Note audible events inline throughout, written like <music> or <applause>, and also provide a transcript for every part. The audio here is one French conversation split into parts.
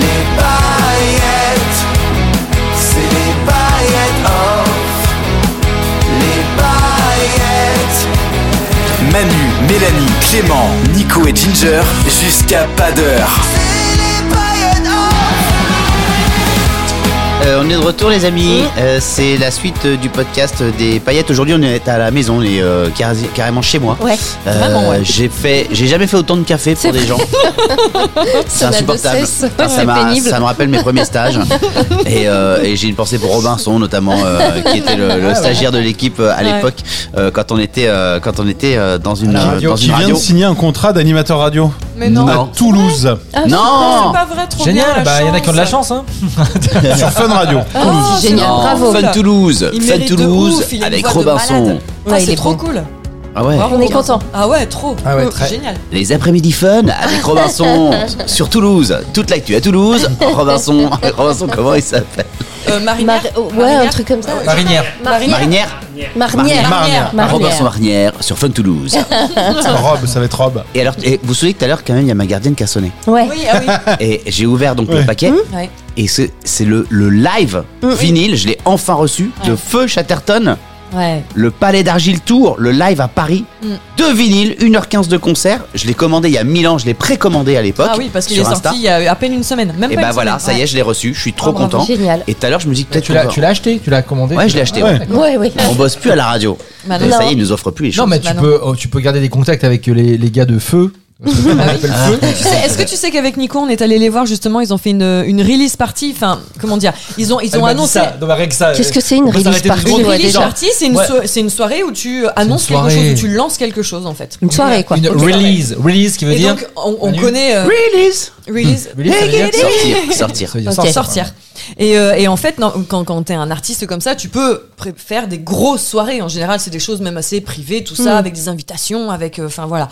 Les paillettes, c'est les paillettes off. Les paillettes. Manu, Mélanie, Clément, Nico et Ginger, jusqu'à pas d'heure. Euh, on est de retour les amis, Euh, c'est la suite euh, du podcast des paillettes. Aujourd'hui on est à la maison, on est euh, carré- carrément chez moi. Euh, Ouais, vraiment, ouais. J'ai fait, j'ai jamais fait autant de café pour des gens. c'est On a de insupportable. cesse. Enfin, ça, C'est m'a- pénible. ça me rappelle mes premiers stages. et euh, et j'ai une pensée pour Robinson notamment, euh, qui était le, le stagiaire de l'équipe euh, à Ouais. l'époque euh, quand on était euh, quand on était euh, dans une euh, dans qui une vient de radio. signer un contrat d'animateur radio Mais non. Non. à Toulouse Non. C'est pas vrai, trop bien. Génial, la bah il y en a qui ont de la chance. chance hein. <laughs> sur Fun Radio. Ah, c'est Génial, marrant. bravo. Fun Toulouse, Il Fun mérite de Toulouse ouf, il a une avec voix de Robinson. malade. Ah, Ouais, il c'est est trop bon. cool. Ah ouais. Bravo, On est Robinson. content. Ah ouais, trop. Ah ouais, très. Génial. Les après-midi fun avec Robinson sur Toulouse. Toute l'actu à Toulouse. Robinson, Robinson comment il s'appelle Euh, Marina. Mar- ouais, un truc comme ça. Marinière. Marnière. Marinière Marnière. Marnière. Marnière. Robinson Marnière sur Fun Toulouse. Rob, ça va être Rob. Et alors, et vous vous souvenez que tout à l'heure, quand même, il y a ma gardienne qui a sonné. Ouais. Oui, ah oui. Et j'ai ouvert donc le Ouais. paquet. Ouais. Et c'est c'est le, le live vinyle, je l'ai enfin reçu, de Feu Chatterton, Ouais. le Palais d'Argile Tour, le live à Paris. Deux vinyles, 1h15 de concert. Je l'ai commandé il y a 1000 ans, je l'ai précommandé à l'époque. Ah oui, parce qu'il est sur Insta. sorti il y a à peine une semaine. Même Et pas bah une voilà, semaine. ça y est, je l'ai reçu, je suis trop bravo, content. génial. Et tout à l'heure, je me dis peut-être Tu l'as, qu'on va- tu l'as acheté, tu l'as commandé. Ouais, tu je l'ai l'as- acheté. Ah ouais. ouais. Ouais, oui. On bosse plus à la radio. Bah Et non. ça y est, ils nous offrent plus les choses. Non mais tu Bah non. Ah peux, oh, tu peux garder des contacts avec euh, les, les gars <laughs> de feu. On appelle feu. Tu sais, Est-ce que tu sais qu'avec Nico, on est allé les voir justement, ils ont fait une, une release party, enfin, comment dire, ils ont, ils Elle ont m'a dit annoncé. Bah, ça, donc, rien que ça, Qu'est-ce euh, que c'est une on va release s'arrêter deux party Une secondes. ouais, release déjà. party, c'est une, Ouais. so- c'est une soirée où tu annonces C'est une quelque chose, soirée. où tu lances quelque chose en fait. Une soirée, quoi. Une Ok. release, release qui veut Et dire donc, on, on Manu connaît euh, Release release. Release, ça veut Sortir, sortir. dire Ça veut dire Ok. sortir. sortir. Et, euh, et en fait, non, quand, quand t'es un artiste comme ça, tu peux pré- faire des grosses soirées. En général, c'est des choses même assez privées, tout ça, avec des invitations, avec. euh, Enfin voilà.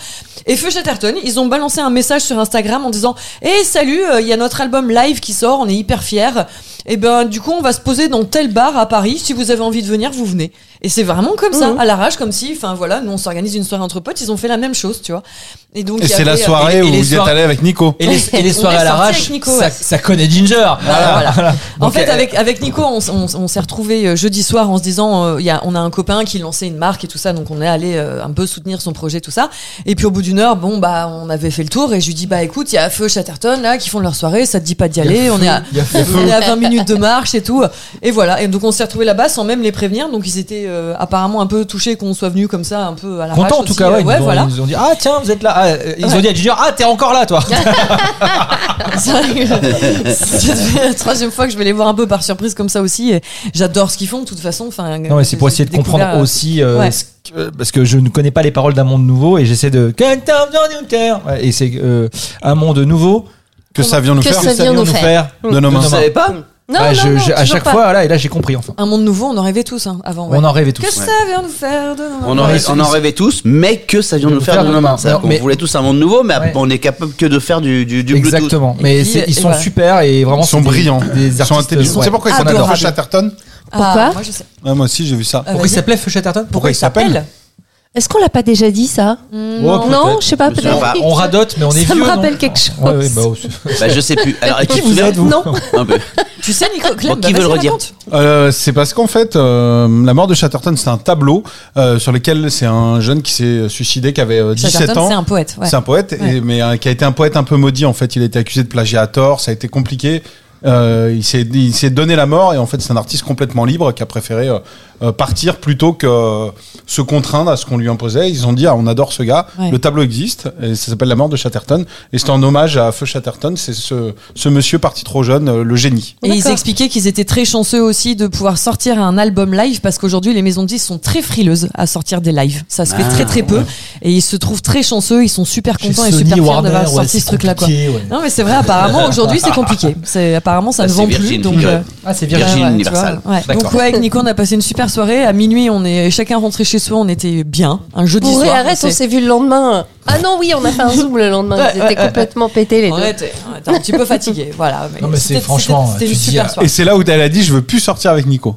Et Feu Chatterton, ils ont balancé un message sur Instagram en disant Eh salut, euh, il y a notre album live qui sort, on est hyper fiers. Et ben du coup, on va se poser dans tel bar à Paris. Si vous avez envie de venir, vous venez. Et c'est vraiment comme ça, à l'arrache, comme si, enfin voilà, nous on s'organise une soirée entre potes, ils ont fait la même chose, tu vois. Et donc, Et il y c'est la avait, euh, soirée et où les vous y êtes soirées- allé avec Nico. Et les, et les <laughs> On soirées est à sorti l'arrache, avec Nico, ça, ouais. Bah, ça connaît Ginger. Voilà, voilà. <laughs> En Donc, fait, euh, avec, avec Nico, on, s- on s- on s'est retrouvé jeudi soir en se disant, euh, il y a, on a un copain qui lançait une marque et tout ça, donc on est allé euh, un peu soutenir son projet, tout ça. Et puis au bout d'une heure, bon, bah, on avait fait le tour et je lui dis, bah, écoute, il y a Feu Chatterton là qui font leur soirée, ça te dit pas d'y aller, on est à, il y a feu. on est à 20 minutes de marche et tout. Et voilà. Et donc on s'est retrouvé là-bas sans même les prévenir, donc ils étaient euh, apparemment un peu touchés qu'on soit venu comme ça, un peu à la euh, Content en tout cas, ouais. ils, nous ont, voilà. <laughs> ils nous ont dit Ah, tiens, vous êtes là. Ah, euh, ils Ouais. ont dit à Ginger Ah, t'es encore là, <laughs> toi. Ça, euh, C'est la troisième fois que je vais les voir un peu par surprise comme ça aussi. et J'adore ce qu'ils font de toute façon. Enfin, Non, mais c'est pour j'ai essayer de comprendre découvert, euh, aussi. euh, ouais. ce que- euh, parce que je ne connais pas les paroles d'un monde nouveau et j'essaie de. Ouais, Et c'est euh, un monde nouveau Que ça vient nous Que faire Mmh. ça vient nous faire. de nos mains. Vous savez pas Non, Ouais, non, je- non, je- à toujours chaque pas. fois, voilà, et là j'ai compris enfin. Un monde nouveau, on en rêvait tous hein, avant. ouais. On en rêvait tous. Que ça vient nous faire de. On en, Ouais, rêve- c'est- on en rêvait tous, mais que ça vient de nous faire de nos mains. C'est-à-dire Non, qu'on mais- voulait tous un monde nouveau, mais Ouais. on est capable que de faire du, du, du Bluetooth. Exactement. Et Mais puis, c'est- ils et sont voilà. super et vraiment Ils sont c'est des- brillants, des ils sont artistes, intelligents. ouais. C'est pourquoi ils s'appellent Adorables. Feu Chatterton Ah, Pourquoi moi, je sais. Ouais, Moi aussi, j'ai vu ça. Euh, Pourquoi il s'appelait Feu Chatterton Pourquoi il s'appelle Est-ce qu'on l'a pas déjà dit, ça Oh, Non, peut-être. je sais pas, Je sais peut-être. pas, On radote, mais on est Ça me vieux. rappelle non quelque chose. Ouais, ouais, bah, oh, c'est- Bah, je sais plus. Alors, qui vous êtes, vous Non. Un peu. Tu sais, Nico Clem, Bon, bah, qui veut le vas-y, redire raconte. Euh, c'est parce qu'en fait, euh, la mort de Chatterton, c'est un tableau euh, sur lequel c'est un jeune qui s'est suicidé, qui avait euh, 17 Chatterton, ans. c'est un poète. ouais. C'est un poète, et- Ouais. mais euh, qui a été un poète un peu maudit en fait. Il a été accusé de plagiat à tort, ça a été compliqué. Euh, il s'est il s'est donné la mort et en fait c'est un artiste complètement libre qui a préféré euh, euh, partir plutôt que euh, se contraindre à ce qu'on lui imposait. Ils ont dit ah, on adore ce gars, Ouais. le tableau existe et ça s'appelle La mort de Chatterton et c'est en hommage à Feu Chatterton, c'est ce, ce monsieur parti trop jeune, euh, le génie. Et ils D'accord. expliquaient qu'ils étaient très chanceux aussi de pouvoir sortir un album live parce qu'aujourd'hui les maisons de disques sont très frileuses à sortir des lives. Ça se fait Ah, très très peu et ils se trouvent très chanceux, ils sont super Chez contents et Sony, super fiers Warner, d'avoir ouais, sorti c'est ce truc là quoi. compliqué, ouais. Non mais c'est vrai apparemment aujourd'hui c'est compliqué. C'est apparemment ça Ah, ne c'est vend plus Virgin, Ah, donc figurez. euh, Ah, c'est ouais, Virgin ouais, tu Universal. vois, ouais. D'accord. Donc ouais avec Nico on a passé une super soirée, à minuit on est chacun rentré chez soi, on était bien un jeudi Bourré, soir. arrête, on c'est- s'est vu le lendemain. Ah non, oui, on a fait un zoom le lendemain. Ils étaient complètement pétés les on deux. était, on était un petit peu fatigué, <laughs> voilà. Non, mais c'est c'était- franchement, c'était c'était tu une dis, super ah, soirée. Et c'est là où elle a dit je veux plus sortir avec Nico.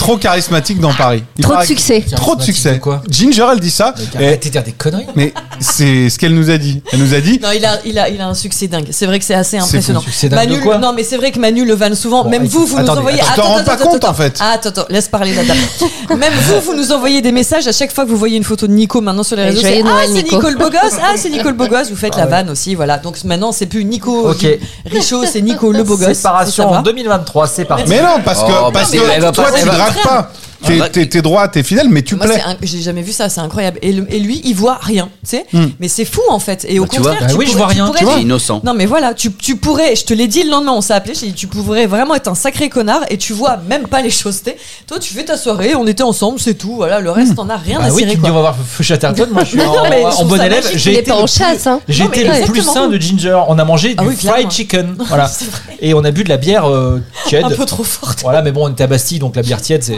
Trop charismatique dans Paris. Il Trop de paraît- succès. Trop de Charismatique succès. de quoi Ginger elle dit ça. Mec, Et- Arrêtez de Eh, dire des conneries. mais c'est ce qu'elle nous a dit. Elle nous a dit Non, il a, il, a, il a un succès dingue. C'est vrai que c'est assez impressionnant. succès dingue Manu, de quoi non, mais c'est vrai que Manu le vanne souvent. Bon, Même écoute, vous, vous nous attendez, envoyez. attends, t'en rends pas compte, en fait. Ah, Attends, attends, laisse parler <laughs> la dame. Même vous, vous nous envoyez des messages à chaque fois que vous voyez une photo de Nico maintenant sur les Et réseaux. joyeux c'est, ah, Noël, c'est Nico. Nico le beau gosse. Ah, c'est <laughs> Nico le beau gosse. Vous faites la ouais. vanne aussi, voilà. Donc maintenant, c'est plus Nico Ok. Richaud, c'est Nico le beau gosse. <laughs> Séparation Faut en savoir. 2023, c'est parti. Mais non, parce que, Oh, parce mais que elle va toi, pas- tu elle va- dragues pas. T'es, t'es, t'es droit, t'es fidèle, mais tu Moi, plais. <laughs> c'est un- j'ai jamais vu ça, c'est incroyable. Et, le- et lui, il voit rien, tu sais. Mais c'est fou en fait. Et au Bah, tu contraire, vois, bah tu oui, je pourrais- vois tu rien, pourrais tu être- vois. Innocent. Non, mais voilà, tu, tu pourrais. Je te l'ai dit le lendemain, on s'est appelé. J'ai dit, tu pourrais vraiment être un sacré connard et tu vois même pas les choses. t'es. Toi, tu fais ta soirée, on était ensemble, c'est tout. Voilà, le reste, t'en as rien Bah à oui, cirer. tu me dis quoi. on va voir Feu Chatterton. Moi, <laughs> je suis en, mais en je trouve bon ça élève. magique, J'ai il est été pas le en plus- chasse, hein. J'ai Non, mais été le plus exactement. sain de Ginger. On a mangé Ah du oui, fried clairement. <laughs> chicken. Voilà. C'est vrai. Et on a bu de la bière euh, tiède. Un peu trop forte. Oh, Voilà, mais bon, on était à Bastille, donc la bière tiède, c'est.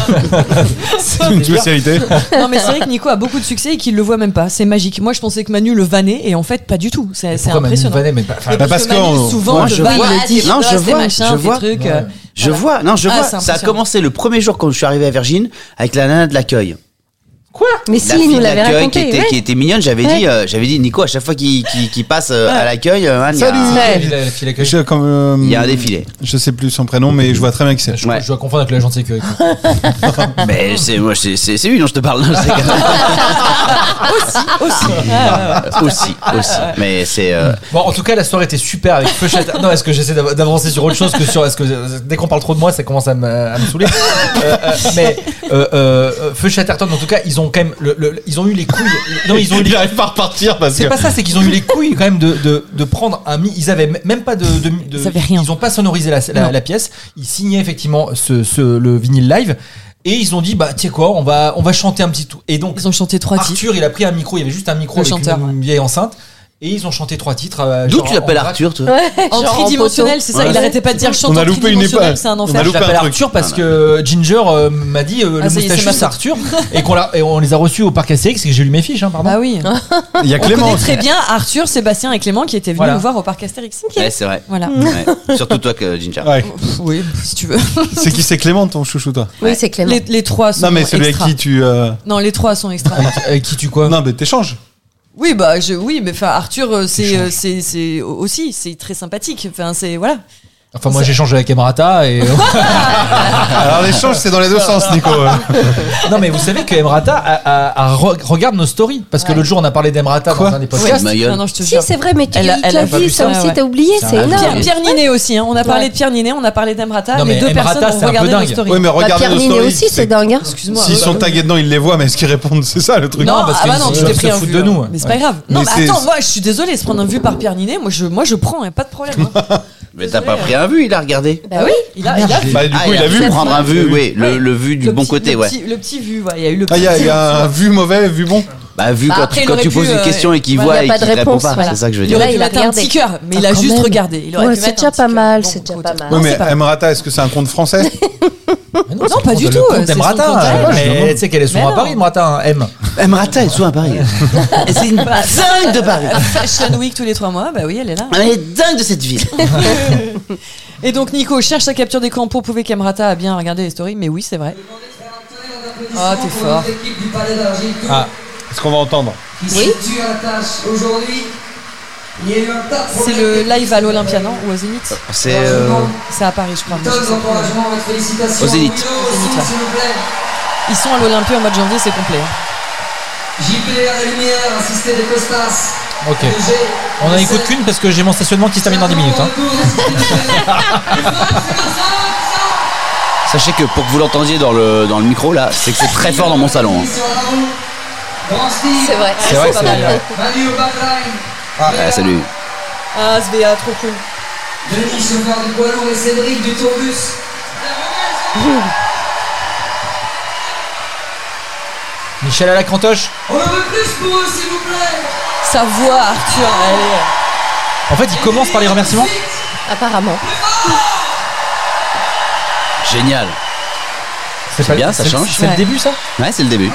<laughs> c'est une déjà- spécialité. Non, mais c'est vrai que Nico a beaucoup de succès et qu'il le voit même pas. C'est magique. Moi, je pensais que Manu le vannait et en fait, pas du tout. C'est c'est Pourquoi Manu impressionnant. Vanet, mais pas- enfin, Bah, parce Manu, que- souvent, moi, le je vanne, vois, il dit, non, je Ah, vois, machin, je des vois. trucs, euh, Je vois, non, je Ah, vois. c'est Ça a impressionnant. commencé le premier jour quand je suis arrivé à Virgin avec la nana de l'accueil. La Mais si, il fille nous de l'avait l'accueil qui raconté. était, qui ouais. était mignonne, j'avais Ouais. dit, euh, j'avais dit Nico à chaque fois qu'il qu'il- qu'il passe euh, à l'accueil, euh, hein, il y a- Salut. Ouais. il a- il a- il a- Je, comme, euh, Il y a un défilé. Je sais plus son prénom, mais je vois très bien qui c'est. Je Ouais. je dois confondre avec l'agent de sécurité. Mais c'est moi, c'est c'est- c'est lui dont je te parle. non, c'est- aussi. aussi, aussi. Mais c'est euh, Bon, en tout cas, la soirée était super avec Feu Chatterton. Non, est-ce que j'essaie d'av- d'avancer sur autre chose que sur. Est-ce que euh, dès qu'on parle trop de moi, ça commence à me, à me saouler Euh, euh, Mais euh, euh, euh, Feu Chatterton, en tout cas, ils ont quand même. le- le- ils ont eu les couilles. Non, ils ont eu les Il arrive pas à repartir parce que. C'est pas ça, c'est qu'ils ont eu les couilles quand même de, de, de prendre un mi. Ils avaient m- même pas de. de, de- Ils avaient rien. Ils ont pas sonorisé la, la, Non. la pièce. Ils signaient effectivement ce, ce, le vinyle live. Et ils ont dit, bah, tu sais quoi, on va, on va chanter un petit tout. Et donc, Ils ont chanté trois titres. Arthur, il a pris un micro, il y avait juste un micro Le avec chanteur, une, ouais. une vieille enceinte. Et ils ont chanté trois titres. euh, d'où genre tu en- l'appelles en- Arthur, toi Ouais, En genre tridimensionnel, poteau. c'est ça. Il arrêtait pas de dire On chantant a loupé une tridimensionnel, épave. c'est un On a enfer. Bah, Je loupé un l'appelle truc. Arthur parce que Ginger euh, m'a dit euh, Ah, le ça y est, c'est ma moustachu faute. <laughs> c'est Arthur et qu'on l'a- et on les a reçus au parc Astérix et que j'ai lu mes fiches hein, pardon. Bah oui. <laughs> Il y a On Clément. connaît très bien Arthur, Sébastien et Clément qui étaient venus Voilà. nous voir au parc Astérix. Ouais, c'est Mm. vrai. Voilà. Ouais. Surtout toi que Ginger. Ouais. Pff, Oui, si tu veux. <laughs> C'est qui c'est Clément ton chouchou toi Oui, c'est Clément. Les, les trois sont Non mais celui extra. avec qui tu. euh, Non, les trois sont extra. Avec Euh, qui tu quoi Non mais t'échanges. oui, bah je, oui, mais enfin Arthur, euh, c'est euh, c'est c'est aussi, c'est très sympathique. Enfin, c'est voilà. Enfin moi j'échange avec Emrata et euh, Ah, Alors l'échange c'est dans les deux sens Nico. Non, mais vous savez que Emrata a- a- a re- regarde nos stories. Parce que l'autre jour, on a parlé d'Emrata dans Quoi un des Ouais, podcasts. ma gueule. Non, non, je te Si, jure. c'est vrai, mais tu Elle a- tu elle a l'as pas vu, vu ça ça, aussi, ouais. t'as oublié, c'est un énorme. Pierre, Pierre Ninet aussi, hein. on a parlé Ouais. de Pierre Ninet, on a parlé d'Emrata, Non, mais les deux Emrata, personnes c'est ont un regardé peu nos dingue. stories. Oui mais Bah, regardez Pierre nos Ninet stories. aussi, c'est dingue. hein. Excuse-moi. S'ils sont Euh, tagués dedans ils les voient mais est-ce qu'ils répondent c'est ça le truc. Non, parce ah bah qu'ils non, se- tu t'es se pris un foutent vue, de hein. nous, ouais. Mais c'est pas grave. Non, Mais mais, c'est- attends, moi je suis désolée, se prendre un vue par Pierre Ninet, moi je, moi je prends, hein, pas de problème. hein. Mais t'as pas pris un vu, il a regardé. <laughs> Bah oui. Il a, il a Bah du Ah, coup il a vu. prendre un vu, oui, le, le vu du le bon petit- côté, le ouais. petit- le petit vu, ouais, il y a eu le Ah petit. il y, a- il y a un vu mauvais vu bon. Bah vu Bah, quand, après, il quand aurait tu pu, poses une euh, question et qu'il voilà, voit il et y a pas qu'il de répond réponse, pas, voilà. c'est ça que je veux Il dire. Là, aurait pu il a mettre un regardé. petit cœur, mais il Ah, a quand juste même. regardé. Il aurait Ouais, pu c'est mettre déjà un petit pas cœur. mal, Bon, c'est déjà écoute, pas mal. Oui Non, mais c'est pas- Emrata est-ce que c'est un compte français Mais Non, c'est pas le du compte- tout, euh, le compte c'est son d'Emrata, compte à elle. hein. Mais tu sais qu'elle est souvent Mais à non. Paris, Emrata, hein, M. Emrata, elle soit à Paris. Et c'est une dingue de Paris. Fashion Week tous les trois mois, bah oui, elle est là. Elle est dingue de cette ville. <laughs> Et donc Nico cherche sa capture d'écran pour prouver qu'Emrata a bien regardé les stories, mais oui, c'est vrai. Ah, t'es fort. Ah. Est-ce qu'on va entendre Oui. Aujourd'hui, il y a eu un tas de C'est problèmes. le live à l'Olympia, non Ou au Zénith C'est euh, C'est à Paris, je crois. Tonnes d'encouragements, votre félicitations. Au Zénith. Bruno aussi, Zénith, ouais. s'il vous plaît. Ils sont à l'Olympia au mois de janvier, c'est complet. hein. JP à la lumière, assisté des Costas. Ok. On n'en écoute qu'une parce que j'ai mon stationnement qui se termine dans 10 minutes. hein. Sachez que pour que vous l'entendiez dans le, dans le micro là, c'est que c'est très fort dans mon salon. hein. C'est vrai. C'est vrai, c'est pas mal. vrai. Ah, salut. Ah, SBA, trop cool. Denis, chauffeur du poids lourd et Cédric du tourbus. Michel à la cantoche. On en veut plus pour eux, s'il vous plaît. Sa voix, Arthur, elle euh, En fait, il commence par les remerciements. Apparemment. Génial. C'est pas- bien, ça c'est- change. C'est le Ouais. début, ça Ouais, c'est le début. est.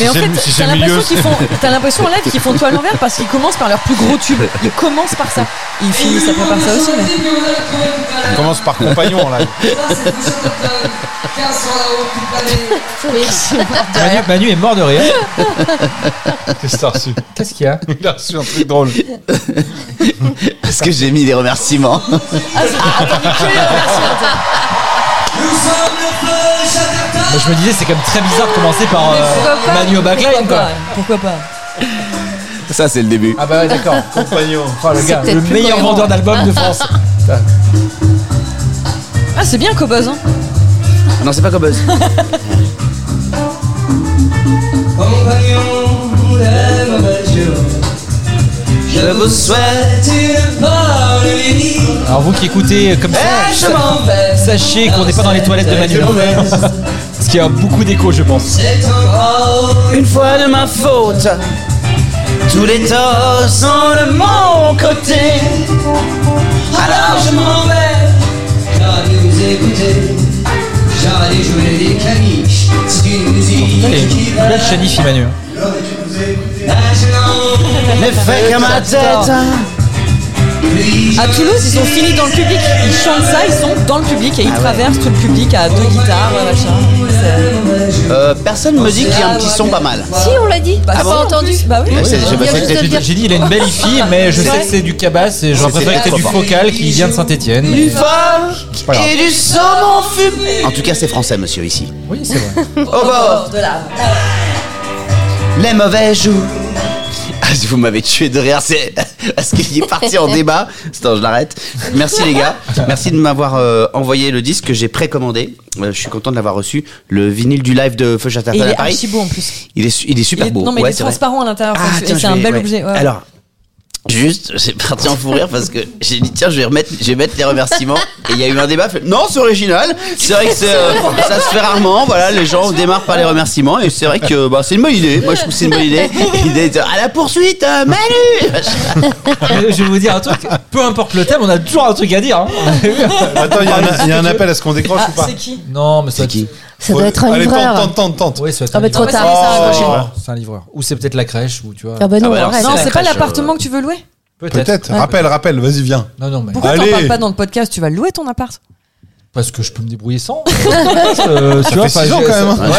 Mais en c'est fait, le- si t'as c'est le milieu, l'impression qu'ils font, t'as l'impression en live qu'ils font tout à l'envers parce qu'ils commencent par leur plus gros tube. Ils commencent par ça. Ils finissent après par ça aussi. mais- Dis que vous allez trouver tout à On commence par compagnon là. l'heure. Ça, c'est plus automne. 15 sur la route toute l'année. Manu, Manu est mort <laughs> de rire. Qu'est-ce que t'as reçu Qu'est-ce qu'il y a Il a reçu un truc drôle. Parce que j'ai mis des remerciements. Nous sommes le peuple Chatterton. Moi, Je me disais, c'est quand même très bizarre de commencer par euh, pourquoi pas Manu au backline, Pourquoi quoi. pas Pourquoi pas Ça, c'est le début. Ah bah ouais, d'accord. Compagnon. Oh, le gars, peut-être le plus meilleur cohérent. vendeur <laughs> d'albums de France. Ah, c'est bien Cobuzz, hein Non, c'est pas comme Buzz. Compagnon de ma belle je vous souhaite une bonne nuit. Alors vous qui écoutez euh, comme ça, Et Eh, je m'en vais. Eh, sachez qu'on n'est pas dans les toilettes de Manu. hein. Parce qu'il y a beaucoup d'écho, je pense. C'est encore une fois de ma faute. Tous les torts sont de mon côté. Alors je m'en vais. J'aurais dû vous écouter. J'aurais dû jouer des caniches. C'est une Et musique qui une va. belle chanif, Manu. hein. J'aurais dû vous écouter. Maintenant, Mais fais qu'à ma tête. puis À Toulouse, ils sont finis dans le public. Ils chantent ça, ils sont dans le public et ils traversent tout le public à deux guitares, machin. C'est- Euh, personne me dit qu'il y a un petit son pas mal. Si, on l'a dit. T'as Ah bon pas entendu Bah oui. Ouais, c'est- j'ai Il pas vient fait juste le de le J'ai dire. dit, il a une belle fille, mais je sais que c'est du cabas et j'aurais préféré que c'était du focal qui vient de Saint-Etienne. Et du saumon fumé. En tout cas, c'est français, monsieur, ici. Oui, c'est vrai. Au bord de Les mauvais jours. Ah, vous m'avez tué de rire, c'est <laughs> parce qu'il est parti <laughs> en débat. Attends, je l'arrête. Merci les gars, merci de m'avoir euh, envoyé le disque que j'ai précommandé. Euh, je suis content de l'avoir reçu. Le vinyle du live de Feu Et Chatterton il bah, à est Paris. archi beau en plus. Il est, su- il est Il super est- beau. non, mais Ouais, il est c'est vrai. transparent à l'intérieur. Ah, quoi. tiens, C'est je c'est un vais- bel ouais. objet. ouais. Alors, juste, j'ai parti en fou rire parce que j'ai dit, tiens, je vais remettre, je vais mettre les remerciements. Et il y a eu un débat. fait, non, c'est original. C'est vrai que c'est, euh, ça se fait rarement. Voilà, les gens démarrent par les remerciements. Et c'est vrai que bah, c'est une bonne idée. Moi, je trouve que c'est une bonne idée. L'idée de, à la poursuite, euh, <laughs> Manu Mais je vais vous dire un truc. Peu importe le thème, on a toujours un truc <laughs> à dire. hein. Attends, il y, a un- il y a un appel, est-ce qu'on décroche Ah, ou pas c'est qui Non, mais ça qui Ça doit être un Allez, livreur. tente, tente, tente, Oh, tente. Oui, ça va être Ah, un mais livreur. trop tard. ça, livreur. C'est un livreur. Ou c'est peut-être la crèche, ou tu vois. Ah bah non, Ah bah alors, arrête. Non, la c'est pas crèche, l'appartement que tu veux louer Peut-être. Peut-être. Rappel, rappel, vas-y, viens. Non, non, mais Pourquoi t'en Allez. parles pas dans le podcast Tu vas louer ton appart parce que je peux me débrouiller sans. <laughs> Euh, tu Ça fait vois, six enfin, ans je- quand même. hein.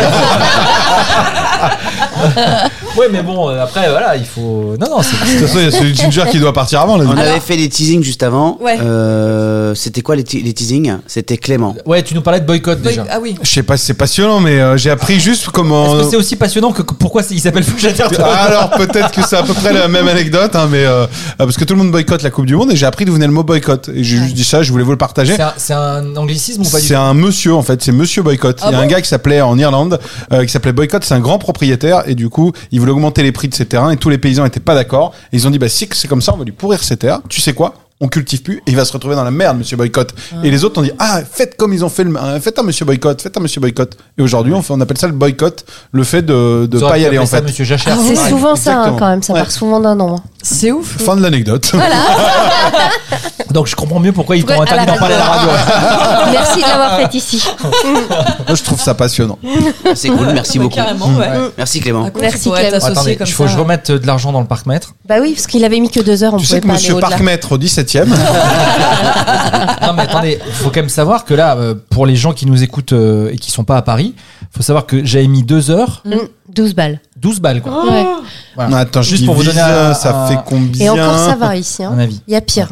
<laughs> Ouais, mais bon, euh, après, voilà, il faut. Non, non, c'est. De toute façon, il y a celui de Ginger qui doit partir avant. Là, On avait fait des teasings juste avant. Ouais. Euh, C'était quoi les, te- les teasings C'était Clément. Ouais, tu nous parlais de boycott déjà. Ah oui. Je sais pas si c'est passionnant, mais euh, j'ai appris juste comment. Est-ce que c'est aussi passionnant que que- pourquoi il s'appelle Ah, Fouchater Alors peut-être que c'est à peu près la même anecdote, hein, mais euh, euh, parce que tout le monde boycotte la Coupe du Monde et j'ai appris d'où venait le mot boycott. Et j'ai juste dit ça, je voulais vous le partager. C'est un, c'est un anglicisme ou pas du C'est tout un monsieur en fait, c'est Monsieur Boycott. Ah il y a un bon gars qui s'appelait en Irlande, euh, qui s'appelait Boycott, c'est un grand propriétaire et du coup il voulait augmenter les prix de ses terrains et tous les paysans étaient pas d'accord. Et ils ont dit bah si que c'est comme ça on va lui pourrir ses terres. Tu sais quoi On cultive plus et il va se retrouver dans la merde Monsieur Boycott. Et les autres ont dit ah faites comme ils ont fait le euh, faites un Monsieur Boycott, faites un Monsieur Boycott. Et aujourd'hui on fait on appelle ça le boycott, le fait de de Vous auriez pas y pu aller en appeler ça fait. Ah, Monsieur Jacher. C'est souvent ça hein, Exactement. quand même, ça Ouais. part souvent d'un nom. hein. C'est <laughs> ouf. Fin de l'anecdote. Ah, Donc je comprends mieux pourquoi ils t'ont Pourquoi à interdit la d'en parler à la radio. Merci de l'avoir fait ici. Moi je trouve ça passionnant. C'est cool, merci Ouais, beaucoup. Bah, Carrément, ouais. Merci Clément. Merci, Merci Clément. Clem. Attendez, Associé comme il faut que ça. je remette euh, de l'argent dans le parc mètre. Bah oui, parce qu'il avait mis que deux heures, on Tu sais pouvait que pas aller Monsieur au-delà. Parkmètre au 17e, <laughs> Non mais attendez, il faut quand même savoir que là, euh, pour les gens qui nous écoutent euh, et qui sont pas à Paris, faut savoir que j'avais mis 2 heures, Mmh, 12 balles. 12 balles quoi. Oh. Ouais. Voilà. Non, attends, je Juste dis pour vous visa, donner un- ça un- fait combien Et encore ça va ici. hein. Un avis. Il y a pire.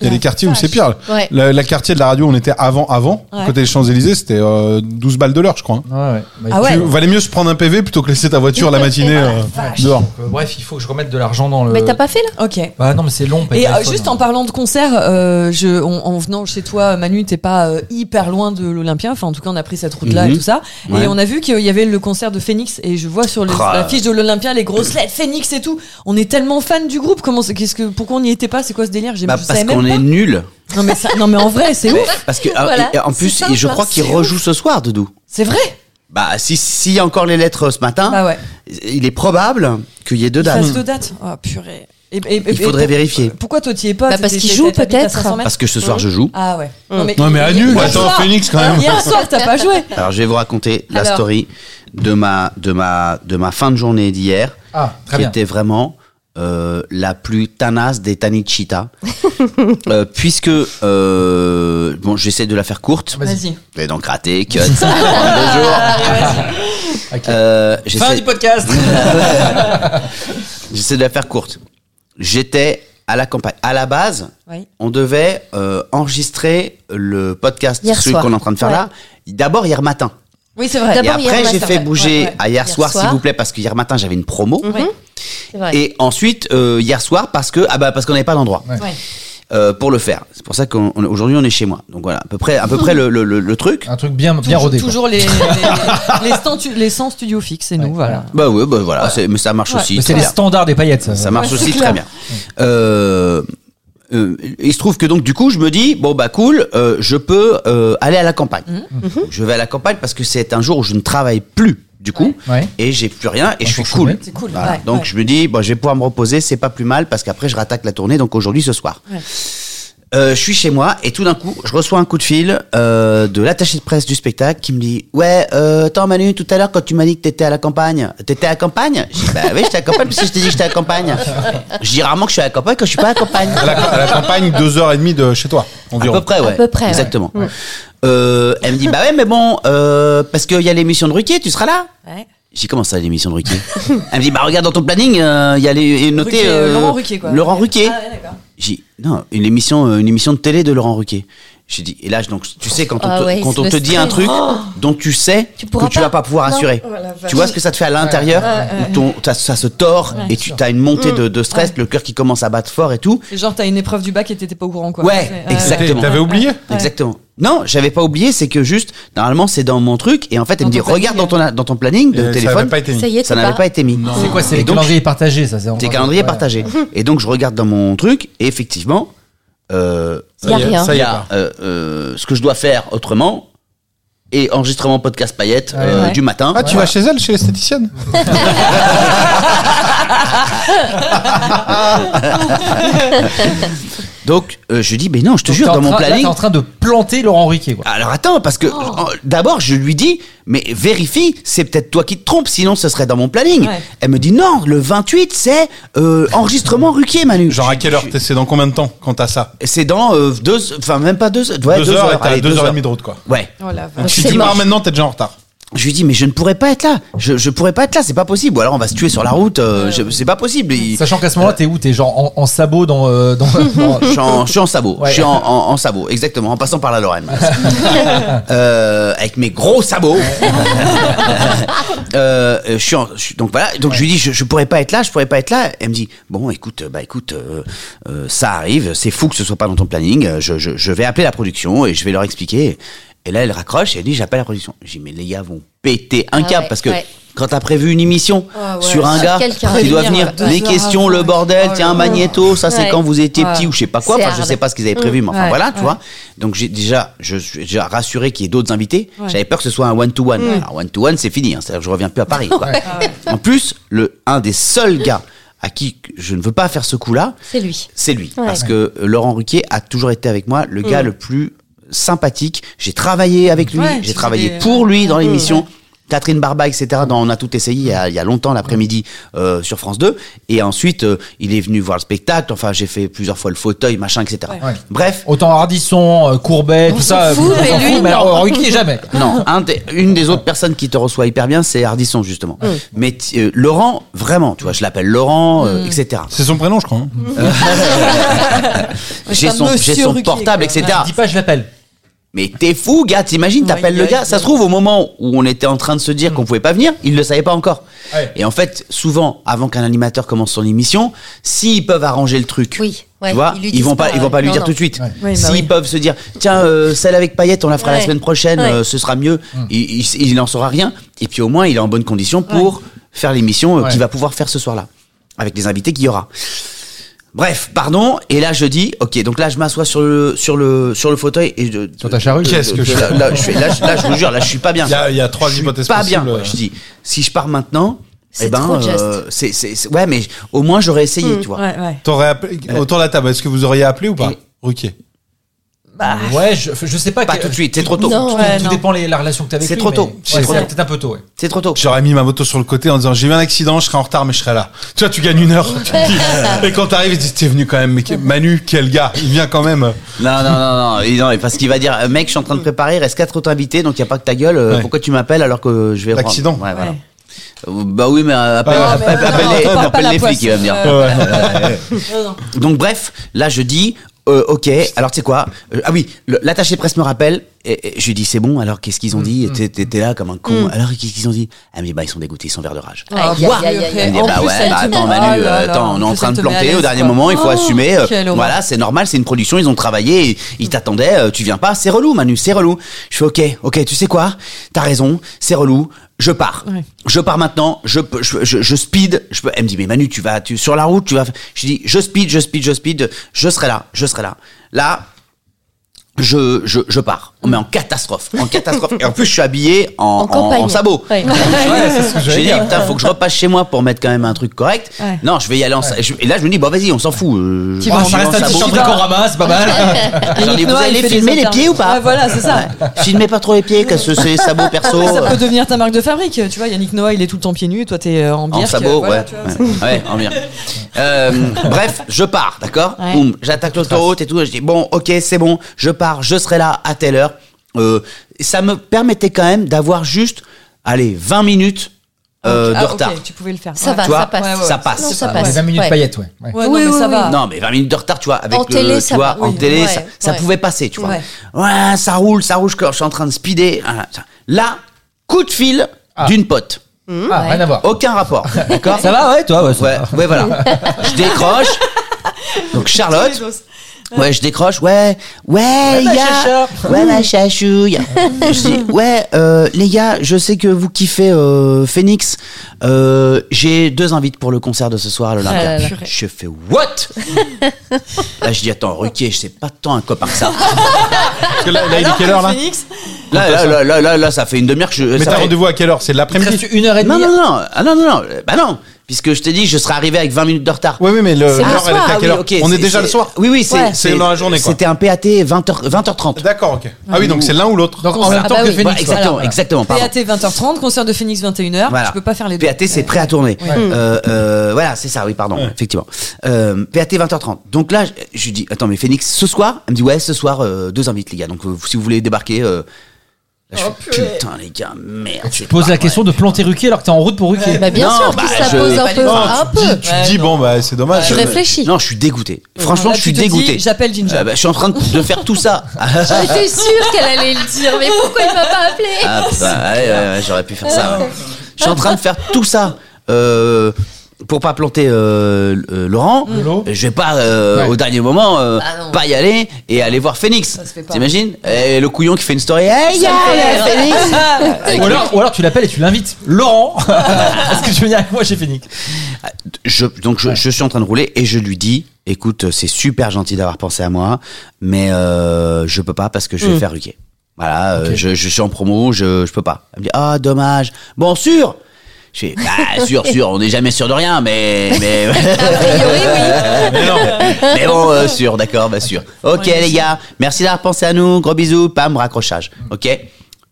Il y a des quartiers où c'est pire. Ouais. La, la quartier de la radio, on était avant, avant. Ouais. Côté des Champs-Élysées, c'était euh, 12 balles de l'heure, je crois. hein. ouais. Bah, Ah ouais. Tu- valait mieux se prendre un PV plutôt que laisser ta voiture la matinée euh, vache. dehors. euh, Bref, il faut que je remette de l'argent dans le. Mais t'as pas fait là Ok. Bah non, mais c'est long. pas Et avec euh, l'iPhone, juste hein. en parlant de concert, euh, je, en, en venant chez toi, Manu, t'es pas euh, hyper loin de l'Olympia. Enfin, en tout cas, on a pris cette route-là Mhm. et tout ça. Ouais. Et on a vu qu'il y avait le concert de Phoenix. Et je vois sur les- Ah. la fiche de l'Olympia les grosses lettres Phoenix et tout. On est tellement fan du groupe. Comment, c'est- qu'est-ce que, pourquoi on n'y était pas C'est quoi ce délire J'ai- Bah, je parce savais même qu'on est pas. nul. Non mais, ça- non mais en vrai, c'est ouf. Parce que ah, Voilà, et- en c'est plus, simple, et je crois hein, qu'il c'est rejoue ce soir, Doudou. C'est vrai. Bah, si- s'il y a encore les lettres euh, ce matin, Bah ouais. il est probable qu'il y ait deux Il dates. fasse deux dates. Oh purée. Et- et- et- Il faudrait pour- vérifier. Pourquoi toi t'y es pas Bah, parce T'étais- qu'il joue, t'étais- t'habites à peut-être. 500 mètres Parce que ce soir, je joue. Ah ouais. Non, mais annule. hier Attends, soir- Phoenix, quand même. Hier soir, t'as pas joué. Alors, je vais vous raconter la Alors. story de ma, de, ma, de ma fin de journée d'hier, Ah, qui très bien. était vraiment euh, la plus tanasse des tanichita. Euh, puisque, euh, bon, j'essaie de la faire courte. Ah, Vas-y. Je vais donc rater, cut. <laughs> Deux jours. Euh, Fin j'essaie- du podcast. J'essaie de la faire courte. J'étais à la campagne. À la base, Oui. on devait euh, enregistrer le podcast, Hier celui soir. qu'on est en train de faire Ouais. là, d'abord hier matin. Oui, c'est vrai. Et D'abord hier après, j'ai matin, fait ouais. bouger Ouais, ouais. à hier, Hier soir, s'il soir. vous plaît, parce que hier matin, j'avais une promo. C'est vrai. Et ensuite, euh, hier soir, parce que ah bah, parce qu'on n'avait pas d'endroit Ouais. euh, pour le faire. C'est pour ça qu'aujourd'hui, on est chez moi. Donc voilà, à peu près, <laughs> à peu près le, le- le- le truc. Un truc bien, bien Toujours, rodé. quoi. toujours les, les, les, stands- les 100 studios fixes, et nous, voilà. Bah oui, bah voilà, c'est- mais ça marche Ouais. aussi. Mais c'est très les bien. standards des paillettes. Ça, Ça marche Ouais, aussi c'est très clair. bien. Euh, euh, il se trouve que donc du coup je me dis bon bah cool euh, je peux euh, aller à la campagne Mhm. je vais à la campagne parce que c'est un jour où je ne travaille plus du coup Ouais. et j'ai plus rien et je suis faut se cool, remettre. C'est cool. Voilà. ouais, donc ouais. je me dis bon je vais pouvoir me reposer c'est pas plus mal parce qu'après je rattaque la tournée donc aujourd'hui ce soir Ouais. Euh, je suis chez moi et tout d'un coup, je reçois un coup de fil euh, de l'attaché de presse du spectacle qui me dit ouais, euh, attends Manu, tout à l'heure quand tu m'as dit que t'étais à la campagne, t'étais à la campagne Je dis bah oui, j'étais à la campagne parce que je t'ai dit que j'étais à la campagne. Je dis rarement que je suis à la campagne quand je suis pas à la campagne. À la, à la campagne, deux heures et demie de chez toi, À peu environ. près, ouais. peu près, ouais. Exactement. Euh, elle me dit bah ouais, mais bon, euh, parce qu'il y a l'émission de Ruquier, tu seras là Ouais. j'ai commencé à l'émission de Ruquier. Elle me dit bah regarde dans ton planning, euh, il y a les noté Ruquier, euh, euh, Laurent Ruquier, quoi. Laurent Ruquier. Ah, ouais, d'accord. J'ai dit, non, une émission, euh, une émission de télé de Laurent Ruquier. J'ai dit, et là, donc, Oh. tu sais, quand on Ah te, ouais, quand le on te dit un stress. Oh. truc dont tu sais Tu que pourras tu vas pas pas. pouvoir Non. assurer. Oh la vache. tu vois ce que ça te fait à l'intérieur, où ton, ça, ça se tord, et tu as une montée Mm. de, de stress, le cœur qui commence à battre fort et tout. C'est genre, t'as une épreuve du bac et t'étais pas au courant, quoi. Ouais, C'est- exactement. T'avais oublié Exactement. Non, j'avais pas oublié, c'est que juste, normalement, c'est dans mon truc, et en fait, elle me Dans dit, ton planning, regarde dans ton, dans ton planning de Et Ça téléphone, n'avait pas été mis. Ça y est, ça t'es n'avait pas- pas été mis. C'est quoi C'est Et les donc, calendriers partagés, ça. C'est tes encore- calendriers ouais. partagés. Et donc, je regarde dans mon truc, et effectivement, euh, Y a rien. Ça il y y est. a pas. euh, euh, ce que je dois faire autrement et enregistrement podcast paillette euh, Ouais. du matin. Ah, tu vas chez elle, chez l'esthéticienne Donc euh, je dis mais non, je te Donc, jure t'es en dans mon train- là, planning. T'es en train de planter Laurent Riquet, quoi. Alors attends parce que euh, d'abord je lui dis mais vérifie, c'est peut-être toi qui te trompes sinon ce serait dans mon planning. Ouais. Elle me dit non, le 28 c'est euh, enregistrement Ruquier Manu. Genre, à quelle heure Je- t'es- C'est dans combien de temps quand t'as ça C'est dans euh, deux enfin même pas deux, ouais, Deux heures et t'as allez, deux heures et demie de route, quoi. Ouais. Oh la vache. Donc, tu C'est dis, moche. par maintenant, t'es déjà en retard. Je lui dis mais je ne pourrais pas être là. Je je pourrais pas être là, c'est pas possible. Ou alors on va se tuer sur la route, euh, je- c'est pas possible. Il- Sachant qu'à ce moment-là, t'es où T'es genre en, en sabot dans. euh, dans, dans- je suis en, je suis en sabot. Ouais. Je suis en, en- en sabot, exactement, en passant par la Lorraine. Euh, avec mes gros sabots. Euh, je suis en- je suis- donc voilà. Donc je lui dis, je, je pourrais pas être là, je pourrais pas être là. Elle me dit, bon, écoute, bah écoute, euh, euh, ça arrive. C'est fou que ce soit pas dans ton planning. Euh, Je, je- je vais appeler la production et je vais leur expliquer. Et là, elle raccroche et elle dit, j'appelle la production. J'ai dit, mais les gars vont péter un Ah câble ouais, parce que. ouais. Quand t'as prévu une émission Ah ouais. sur un Sur gars quelqu'un. qui doit Prévenir, venir, ouais. les Deux heures questions, avant, le ouais. bordel, Oh tiens, là là. magnéto, ça c'est Ouais. quand vous étiez Ouais. petit ou je sais pas quoi. C'est Enfin, je hard. sais pas ce qu'ils avaient prévu, mais enfin Ouais, voilà, tu ouais. vois. Donc j'ai déjà, je suis déjà rassuré qu'il y ait d'autres invités. Ouais. Mm. J'avais peur que ce soit un one to one. Alors one to one, c'est fini. hein. C'est-à-dire que je reviens plus à Paris. quoi. Ah En plus, le un des seuls gars à qui je ne veux pas faire ce coup-là, C'est lui. c'est lui. Ouais. Parce que euh, Laurent Ruquier a toujours été avec moi le gars le plus sympathique. J'ai travaillé avec lui, Mm. Ouais, tu j'ai fais travaillé des- pour lui dans l'émission. Catherine Barba, etc. dans On a tout essayé il y a, il y a longtemps l'après-midi euh, sur France 2. Et ensuite, euh, il est venu voir le spectacle. Enfin, j'ai fait plusieurs fois le fauteuil, machin, etc. Ouais. Bref, Autant Hardisson, euh, Courbet, tout ça. fout, on mais s'en lui, fout, mais non. alors, Ruquier, jamais. <laughs> non, un des- une des autres personnes qui te reçoit hyper bien, c'est Hardisson justement. Mais t- euh, Laurent, vraiment, tu vois, je l'appelle Laurent, Mm. euh, etc. C'est son prénom, je crois. hein. J'ai un son, monsieur j'ai son Ruquier, portable, quoi. etc. Dis pas, je l'appelle. Mais t'es fou, gars, t'imagines, t'appelles Ouais, Mm. le ouais, gars. Ça se trouve, au moment où on était en train de se dire qu'on pouvait pas venir, il le savait pas encore. Ouais. Et en fait, souvent, avant qu'un animateur commence son émission, s'ils peuvent arranger le truc, Oui, ouais, tu vois, ils lui ils disent vont pas, pas, ils vont pas lui non, dire non. tout de suite. Ouais, bah s'ils oui. peuvent se dire, tiens, euh, celle avec paillettes, on la fera la Ouais. semaine prochaine, Ouais. euh, ce sera mieux. Mm. Il, il, il en saura rien. Et puis au moins, il est en bonne condition pour faire l'émission euh, Ouais. qu'il va pouvoir faire ce soir-là, avec les invités qu'il y aura. Bref, pardon. Et là, je dis, ok, donc là, je m'assois sur le, sur le, sur le fauteuil et je, Sur ta charrue. Qu'est-ce que je là, là, je fais- là, je- là, je vous jure, là, je suis pas bien. Il y a- il y a trois je suis hypothèses Pas possibles. bien. quoi. Je dis, si je pars maintenant, C'est eh ben, trop de gestes. euh, c'est, c'est, c'est- ouais, mais au moins j'aurais essayé, tu vois. Ouais, ouais. T'aurais appelé, autour de la table, est-ce que vous auriez appelé ou pas Et- Ruquier. Ouais, je, je sais pas. Pas que- tout de suite, c'est trop tôt. Non. Tout, Ouais, tout dépend les- la relation que t'as avec C'est lui, trop mais- tôt. Ouais, C'est C'est trop tôt. peut-être un peu tôt, ouais. C'est trop tôt. J'aurais mis ma moto sur le côté en disant j'ai eu un accident, je serai en retard mais je serai là. Tu vois, tu gagnes une heure. tu te dis. Et quand t'arrives, tu dis t'es venu quand même. Mais que- Manu, quel gars, il vient quand même. euh, Non, non, non, non, et non, et parce qu'il va dire, euh, mec, je suis en train de préparer, il reste quatre autres invités, donc il n'y a pas que ta gueule, euh, Ouais. pourquoi tu m'appelles alors que euh, je vais. L'accident. Ouais, voilà. Euh, Bah oui, mais euh, appelle, Ah, appelle- mais non, appelle non, les, parle pas appelle la les poisse. flics, il va me dire. Ouais. Non, non. Donc bref, là je dis, euh, ok, alors tu sais quoi Euh, Ah oui, le- l'attaché presse me rappelle, et, et je lui dis c'est bon, alors qu'est-ce qu'ils ont dit T'es- T'es t'es là comme un con, alors qu'est-ce qu'ils ont dit Elle me dit bah ils sont dégoûtés, ils sont verts de rage. Aïe, aïe, aïe, aïe, Elle aïe. me dit, En bah plus, ouais, elle bah dit, attends oh Manu, là euh, là, attends, on est en ça, train ça de te met à planter au l'aise, dernier quoi. moment, il faut Oh, assumer. euh, quelle horreur. voilà, c'est normal, c'est une production, ils ont travaillé, et- ils t'attendaient, euh, tu viens pas, c'est relou Manu, c'est relou. Je fais ok, ok, tu sais quoi T'as raison, c'est relou. Je pars. Ouais. Je pars maintenant. Je, peux- je, je, je speed. Je peux, elle me dit mais Manu tu vas tu, sur la route tu vas. Je dis je speed je speed je speed. Je serai là je serai là. Là je, je, je pars. Mais en catastrophe. En catastrophe. Et en plus, je suis habillé en, En en, campagne. en sabot. Ouais. J'ai dit, putain, faut que je repasse chez moi pour mettre quand même un truc correct. Ouais. Non, je vais y aller en. sa- je- Et là, je me dis, bon, vas-y, on s'en fout. euh, Tu je vas, vais on en reste un sabot. petit chambre Corama, c'est pas mal. J'en ai- Vous Noah, il allez fait des filmer les interviews. pieds ou pas Ouais, voilà, c'est ça. Filmez pas trop les pieds, parce que c'est sabot perso. Ça euh, peut devenir ta marque de fabrique. Tu vois, Yannick Noah, il est tout le temps pieds nus, toi t'es euh, en bière. En sabot, ouais. ouais, ouais, Eh, en bien. Euh, bref, je pars, d'accord Ouais. Boum, j'attaque l'autoroute et tout. Je dis, bon, ok, c'est bon, je pars, je serai là à telle heure. Euh, ça me permettait quand même d'avoir juste, allez, 20 minutes euh, de retard. tu pouvais le faire. Ça ouais. va, Tu vois, ça passe. ça passe. Non, ça Ouais. passe. Les 20 minutes Ouais. paillettes, ouais. ouais. Ouais, non, Oui, mais oui, ça oui. va. Non, mais 20 minutes de retard, tu vois, avec En le, télé, tu ça vois, va, en oui. télé, Ouais, ça, ça ouais. pouvait passer, tu vois. Ouais. Ouais. ça roule, ça roule, je, je suis en train de speeder. Ah, ça. Là, coup de fil Ah. d'une pote. Ah, rien à voir. Aucun rapport, d'accord Ça va, ouais, toi, ouais. ça Ouais, va. ouais, <laughs> voilà. je décroche. Donc Charlotte. Ouais, je décroche. Ouais, ouais, ma les gars. Ouais, ma chachouille. Et je dis, ouais, euh, les gars, je sais que vous kiffez euh, Phoenix. Euh, J'ai deux invites pour le concert de ce soir à Ah là l'Olympia. là. je fais what Là, je dis attends, Ruquier, je sais pas tant un copain que ça. Parce que là, là, il est Alors, quelle heure là Phoenix, Là, là, là, là, là, là, ça fait une demi-heure que je. Mais ça t'as fait- rendez-vous à quelle heure C'est Il te l'après-midi. reste une heure et Non, demie. non, non, ah, non, non, non, bah non, puisque je t'ai dit, je serais arrivé avec 20 minutes de retard. Oui, oui, mais le- C'est le l'heure, elle soir, était à ah quelle oui, heure ok, On est c'est- déjà c'est- le soir Oui, oui, c'est Ouais. C'est dans la journée, quoi. C'était un PAT 20h, 20h30. D'accord, ok. Ah oui, donc c'est l'un ou l'autre. Donc en même Ah temps bah que oui. Phoenix. Voilà, exactement, voilà. Oh, exactement. Pardon. PAT 20h30, concert de Phoenix 21h. Voilà. Tu peux pas faire les deux. PAT, c'est prêt à tourner. Mm. Euh, euh, voilà, c'est ça, oui, pardon, effectivement. Euh, PAT 20h30. Donc là, je, je lui dis, attends, mais Phoenix, ce soir Elle me dit, ouais, ce soir, euh, deux invites, les gars. Donc euh, si vous voulez débarquer. euh, là, je fais, putain, les gars, merde. Tu te poses la question de planter Ruquier alors que t'es en route pour Ruquier. Bah, bien Non, sûr qu'il bah, ça je- pose pas un du peu. tout. Un peu. Tu te dis, bon, bah, c'est dommage. Tu réfléchis. Non, je suis dégoûté. Franchement, Là, je suis tu te dis, dégoûté. j'appelle Ginger. Ah bah, je suis en train de de faire tout ça. J'étais sûre qu'elle allait le dire, mais pourquoi il m'a pas appelé Ah, bah, ouais, ouais, ouais, j'aurais pu faire ça. ouais. Je suis en train de faire tout ça euh, pour pas planter euh, euh, Laurent. Lolo. Je vais pas euh, Ouais. au dernier moment euh, Ah non. pas y aller et aller voir Phoenix. se fait pas. T'imagines Et le couillon qui fait une story. Hey, yeah, fait rire. Phoenix. Euh, Ah, Ou alors, ou alors tu l'appelles et tu l'invites. Laurent, <laughs> est-ce que tu veux venir avec moi chez Phoenix Je, donc je, je suis en train de rouler et je lui dis. Écoute, c'est super gentil d'avoir pensé à moi, mais euh, je peux pas parce que je vais faire Ruquier. Voilà, euh, je, je suis en promo, je, je peux pas. Elle me dit ah dommage. Bon sûr. Je fais bah sûr sûr, on n'est jamais sûr de rien, mais mais <laughs> Mais non. <laughs> Mais bon, euh, sûr, d'accord, bah sûr. Ok, les gars, merci d'avoir pensé à nous. Gros bisous, pam, raccrochage. Ok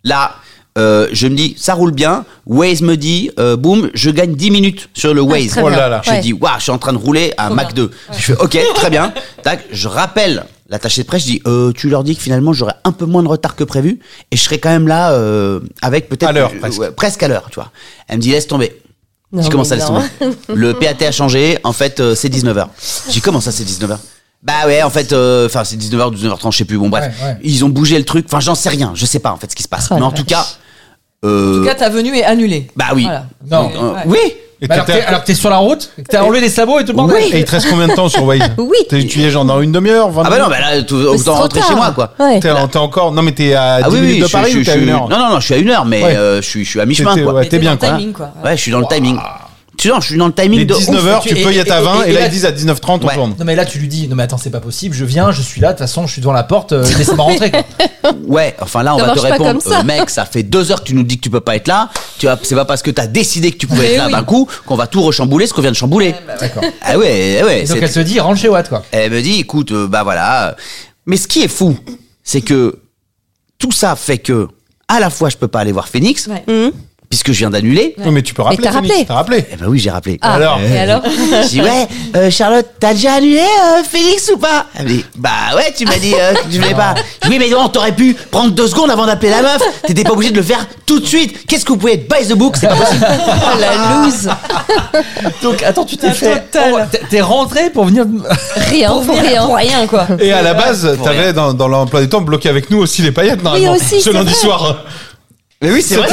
Là, euh, je me dis, ça roule bien. Waze me dit, euh, boum, je gagne 10 minutes sur le Waze. très Oh là bien. là. Je Ouais. dis, waouh, je suis en train de rouler à Mac 2. Je fais, ok, très bien. Tac, je rappelle l'attaché de presse, je dis, euh, tu leur dis que finalement j'aurai un peu moins de retard que prévu et je serai quand même là euh, avec peut-être. À l'heure, euh, presque. ouais, presque à l'heure, tu vois. Elle me dit, laisse tomber. Non, Je dis, comment mais ça, laisse non. tomber Le PAT a changé, en fait, euh, c'est 19h. J'ai dit, comment ça, c'est 19h bah ouais, en fait, euh, enfin c'est 19h, 19h30, je sais plus. Bon bref, Ouais, ouais. ils ont bougé le truc. Enfin, j'en sais rien, je sais pas en fait ce qui se passe. Oh, Mais la en tout vache. cas, euh, En tout cas, ta venue est annulée. bah oui. Voilà. Non. Euh, Ouais. Oui. Et Bah alors, que t'étais- t'es- alors que t'es sur la route, que t'as enlevé les sabots et tout le bordel. Et il te reste combien de temps sur Waze Oui. T'es- Tu y es genre dans une demi-heure, vingt Ah bah non, minutes bah là, tout- Mais c'est autant trop rentrer tard. chez moi quoi. Ah Ouais. T'es en- t'es encore. Non, mais t'es Ah à 10 minutes de je- Paris je- ou t'es à je- une heure Non, non, non, je suis à une heure, mais Ouais. euh, je, suis, je suis à mi-chemin, T'étais- E quoi. ouais, Ouais. Mais t'es bien, dans le quoi. Timing, quoi. je suis dans le timing. Tu vois, je suis dans le timing Il est de ouf. 19h, tu- tu et- peux y et- être à et- 20 et, et là là- ils disent à 19h30 on Ouais. tourne. Non mais là tu lui dis non mais attends c'est pas possible je viens je suis là de toute façon je suis devant la porte euh, laissez-moi rentrer quoi. Ouais, enfin là, on Ça va te marche pas répondre, comme ça. euh, mec, ça fait deux heures que tu nous dis que tu peux pas être là. Tu vois, c'est pas parce que t'as décidé que tu pouvais Eh Mais être là oui. d'un coup qu'on va tout rechambouler ce qu'on vient de chambouler. bah D'accord. Ah ouais, eh ouais. Et donc c'est- elle se dit rentre chez Watt quoi. Elle me dit, écoute, euh, bah voilà. Mais ce qui est fou, c'est que tout ça fait que à la fois je peux pas aller voir Phoenix Ouais. puisque je viens d'annuler. Oui, mais tu peux rappeler. t'as Phoenix, rappelé. T'as rappelé. Eh ben oui, j'ai rappelé. Ah, Alors et alors Je dis ouais, euh, Charlotte, t'as déjà annulé euh, Félix ou pas Elle me dit bah ouais, tu m'as dit euh, que tu voulais pas. Je dis, Oui mais non, t'aurais pu prendre deux secondes avant d'appeler la meuf. T'étais pas obligé de le faire tout de suite. Qu'est-ce que vous pouvez être by the book C'est pas possible. Oh la loose Donc attends tu t'es Un fait total. oh, t'es- t'es rentré pour venir Rien pour rien. Pour rien, quoi. Et à la base, t'avais dans, dans l'emploi du temps bloqué avec nous aussi les paillettes normalement aussi, ce c'est lundi vrai. soir. Mais oui, c'est vrai.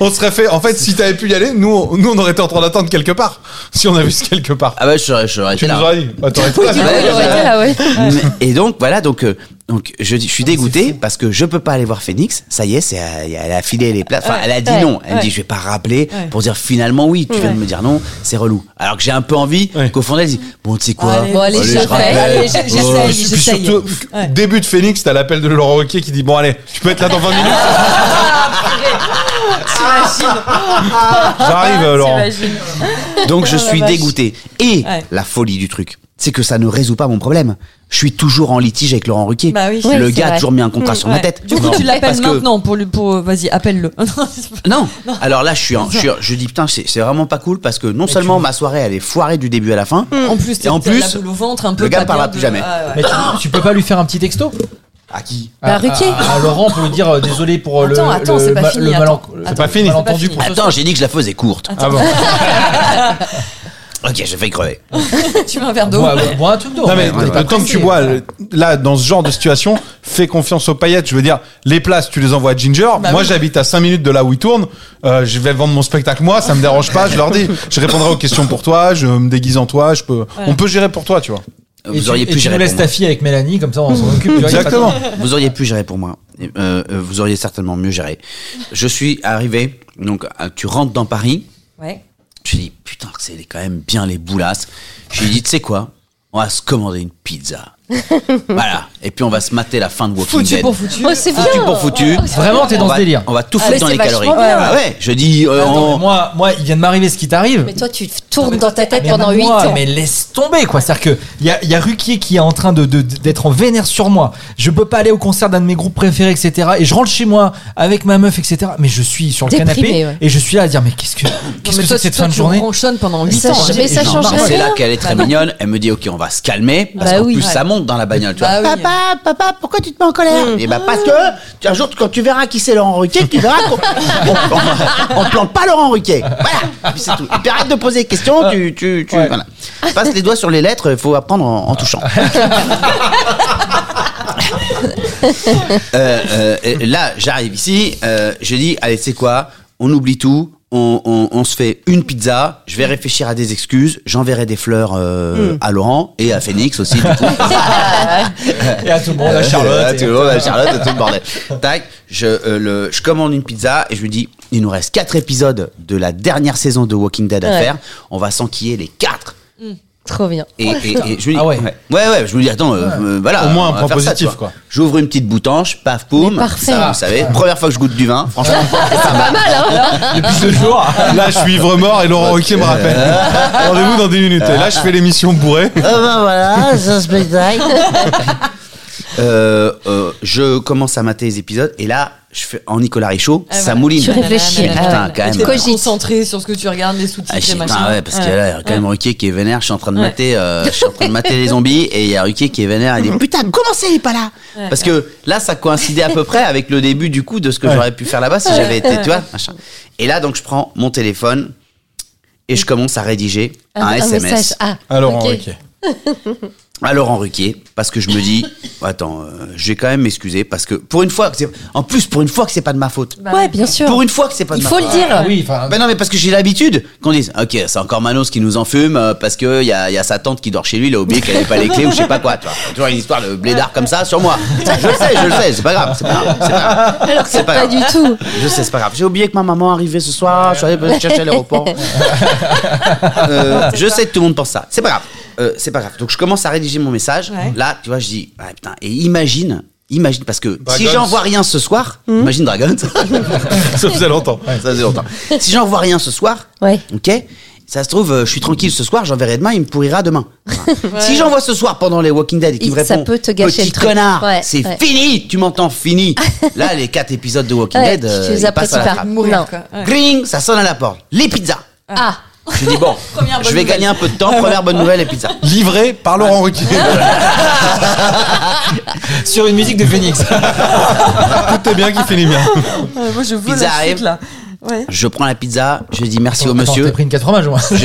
On serait fait. En fait, si t'avais pu y aller, nous, on- nous on aurait été en train d'attendre quelque part. Si on avait su quelque part. Ah bah je serais, je serais tu été nous là. aurais dit. Bah, t'aurais été Oui, là, tu mais- m'aurais Ouais, j'aurais été là, ouais. Mais- et donc voilà donc euh, donc je, dis- je suis dégoûté parce que je peux pas aller voir Phoenix ça y est c'est euh, elle a filé les plats enfin elle a dit ouais, non elle me ouais. dit je vais pas rappeler Ouais. pour dire finalement oui tu viens de me dire non c'est relou alors que j'ai un peu envie Ouais. qu'au fond elle dise bon tu sais quoi Allez, Bon, allez, je je le rappelle. fais. Allez, j'ai- Oh, j'essaye, puis j'essaye. surtout, Ouais. début de Phoenix, t'as l'appel de Laurent Roquet qui dit Bon, allez, tu peux être là dans 20 minutes. J'arrive, euh, Laurent. T'imagines. donc je Oh, la suis vache. dégoûté et Ouais. la folie du truc c'est que ça ne résout pas mon problème je suis toujours en litige avec Laurent Ruquier Bah oui. Mmh, le Oui, c'est gars a vrai. toujours mis un contrat sur ma Ouais. tête Du coup, Non. tu Parce l'appelles que- maintenant pour lui. Pour... Vas-y, appelle-le. <laughs> Non. Alors là, je suis, en- je suis, je dis putain, c'est c'est vraiment pas cool parce que non seulement ma soirée elle est foirée du début à la fin, Mmh. En plus, Et en t'as plus, la boule au ventre, un peu le gars pas parlera bien plus de- jamais. Ah, ouais. mais tu, tu peux pas lui faire un petit texto à qui Bah, Ruquier. à, à Laurent pour lui dire euh, désolé pour euh, le Attends, attends, le- c'est pas ma- fini, le attends. malen- Attends, le c'est pas fini. malentendu pour ce Attends, j'ai dit que je la faisais courte. Ah bon Ok, je vais crever. Tu veux un verre d'eau soir. Bois- bois un truc d'eau Non, mais Oh, on est le pas temps que pressé. tu bois, le- là, dans ce genre de situation, fais confiance aux paillettes. Je veux dire, les places, tu les envoies à Ginger. Bah moi, oui. j'habite à 5 minutes de là où ils tournent. Euh, je vais vendre mon spectacle, moi, ça me dérange pas. Je leur dis, je répondrai aux questions pour toi, je me déguise en toi, je peux, on peut gérer pour toi, tu vois. Et Vous tu, auriez et pu tu nous gérer laisses pour ta moi. fille avec Mélanie comme ça on s'en occupe tu vois, y a pas de- Exactement. Vous auriez pu gérer pour moi. Euh, euh, vous auriez certainement mieux géré. Je suis arrivé, donc euh, tu rentres dans Paris. Ouais. Je dis putain, c'est quand même bien les boulasses. Je lui dis, tu sais quoi On va se commander une pizza. voilà. Et puis on va se mater la fin de Walking Foutu Dead. pour foutu. Oh, c'est bien. Foutu pour foutu. Vraiment, t'es dans on ce va, délire. On va tout Ah, foutre mais dans c'est les calories. vachement bien. Ah ouais, je dis. euh, Attends, on- mais moi moi il vient de m'arriver ce qui t'arrive Mais toi, tu tournes mais dans ta tête Mais pendant 8 moi, ans. Mais laisse tomber, quoi. C'est-à-dire que il y a, y a Ruquier qui est en train de de- d'être en vénère sur moi. Je peux pas aller au concert d'un de mes groupes préférés, etc. Et je rentre chez moi avec ma meuf, etc. Mais je suis sur le Déprimé, canapé ouais. et je suis là à dire mais qu'est-ce que qu'est-ce mais que c'est toi, que cette toi, fin de tu journée ronchonnes pendant Mais 8 ça, ans. je- mais ça Non, change par contre, rien. C'est là qu'elle est très mignonne. Elle me dit ok, on va se calmer parce Bah qu'en oui. plus ça monte dans la bagnole. Tu vois. Bah oui. Papa, papa, pourquoi tu te mets en colère Et bah parce que tu- un jour quand tu verras qui c'est Laurent Ruquier, tu verras qu'on <laughs> on, on- on plante pas Laurent Ruquier. Voilà. Et puis c'est tout. Et puis arrête de poser des questions. Tu, tu, tu- Ouais. voilà. Passe les doigts sur les lettres. Il faut apprendre en, en touchant. Euh, euh, et là, j'arrive ici, euh, je dis, allez, c'est quoi On oublie tout, on, on- on se fait une pizza, je vais réfléchir à des excuses, j'enverrai des fleurs euh, à Laurent et à Phoenix aussi. du coup. Et à tout le monde, à Euh, Charlotte. à et- tout le monde, à Charlotte, à tout le <laughs> bordel. Tac, je, euh, le- je commande une pizza et je lui dis, il nous reste quatre épisodes de la dernière saison de Walking Dead à Ouais. faire, on va s'enquiller les quatre. Trop bien. Et, et- et je lui dis, Ah ouais. ouais. ouais, ouais, je lui dis, attends, euh, euh, voilà. Au moins un on va point faire ça, positif, tu vois. quoi. Ah. J'ouvre une petite boutanche, paf, poum. Mais parfait. Ça, vous savez, première fois que je goûte du vin, franchement. Depuis deux jours. <laughs> Là, je suis ivre mort et Laurent Roquet me rappelle. Rendez-vous dans 10 minutes. Et là, je fais l'émission bourré. Ah ben voilà, c'est un spectacle. euh, euh, je commence à mater les épisodes et là, je fais en Nicolas Richaud, ça mouline. Ah, Tu réfléchis. Putain, Ah ouais. quand même. Tu Cogite. concentré sur ce que tu regardes, les Ah, sous-titres, je- et machin. putain, ouais, parce qu'il y Ouais. a quand même Ruquier qui est vénère, je suis en train de mater, euh, je suis en train de mater les zombies, et il y a Ruquier qui est vénère, il <laughs> dit putain, comment ça il est pas là? Parce que là, ça coïncidait à peu près avec le début du coup de ce que j'aurais pu faire là-bas si j'avais été, tu vois, machin. Et là, donc, je prends mon téléphone, et je commence à rédiger un, SMS message. Ah, Alors, ok. ok. à Laurent Ruquier parce que je me <laughs> dis attends euh, je vais quand même m'excuser parce que pour une fois que c'est en plus pour une fois que c'est pas de ma faute Ouais, Bah, bien sûr. pour une fois que c'est pas de Il ma faut faute le dire. Oui, enfin. ben non mais parce que j'ai l'habitude qu'on dise ok c'est encore Manos qui nous enfume euh, parce que il y a, y a sa tante qui dort chez lui il a oublié qu'elle n'avait pas les clés ou je sais pas quoi tu vois toujours une histoire de blédard comme ça sur moi Ça, je le sais je le sais c'est pas grave c'est pas grave c'est pas grave. <laughs> Alors, C'est c'est pas pas grave. du tout. je sais c'est pas grave j'ai oublié que ma maman arrivait ce soir je suis allé peut-être chercher à <laughs> l'aéroport Euh, je sais que tout le monde pense ça c'est pas grave Euh, c'est pas grave donc je commence à rédiger mon message Ouais. là tu vois je dis ah, putain et imagine imagine parce que si Dragons. j'en vois rien ce soir Hmm. imagine <laughs> Dragon Ça faisait longtemps. ça faisait longtemps. Si j'en vois rien ce soir, Ouais. ok, ça se trouve, euh, je suis tranquille ce soir, j'en verrai demain, il me pourrira <laughs> demain. Voilà. Si j'en vois ce soir pendant les Walking Dead et qu'il me Il- ça répond, peut te gâcher petit le truc. connard, Ouais, c'est ouais. fini, tu m'entends, fini. <laughs> Là, les quatre épisodes de Walking Ouais, Dead, tu euh, les ils passent à la apprécies pas. trappe. Mourir, Non. quoi. Ouais. Gring, ça sonne à la porte. Les pizzas. Ah, Je dis bon, Première je bonne vais nouvelle. gagner un peu de temps. Première <laughs> bonne nouvelle, les pizzas. Livré par Laurent Ruquier. Sur une musique de <laughs> Phoenix. Tout est bien qui finit bien. Ouais, moi, je veux Pizza la arrive. suite, là. Ouais. Je prends la pizza, je dis merci au Attends, monsieur. T'as pris une 4 fromages, <laughs> moi. <laughs> Je,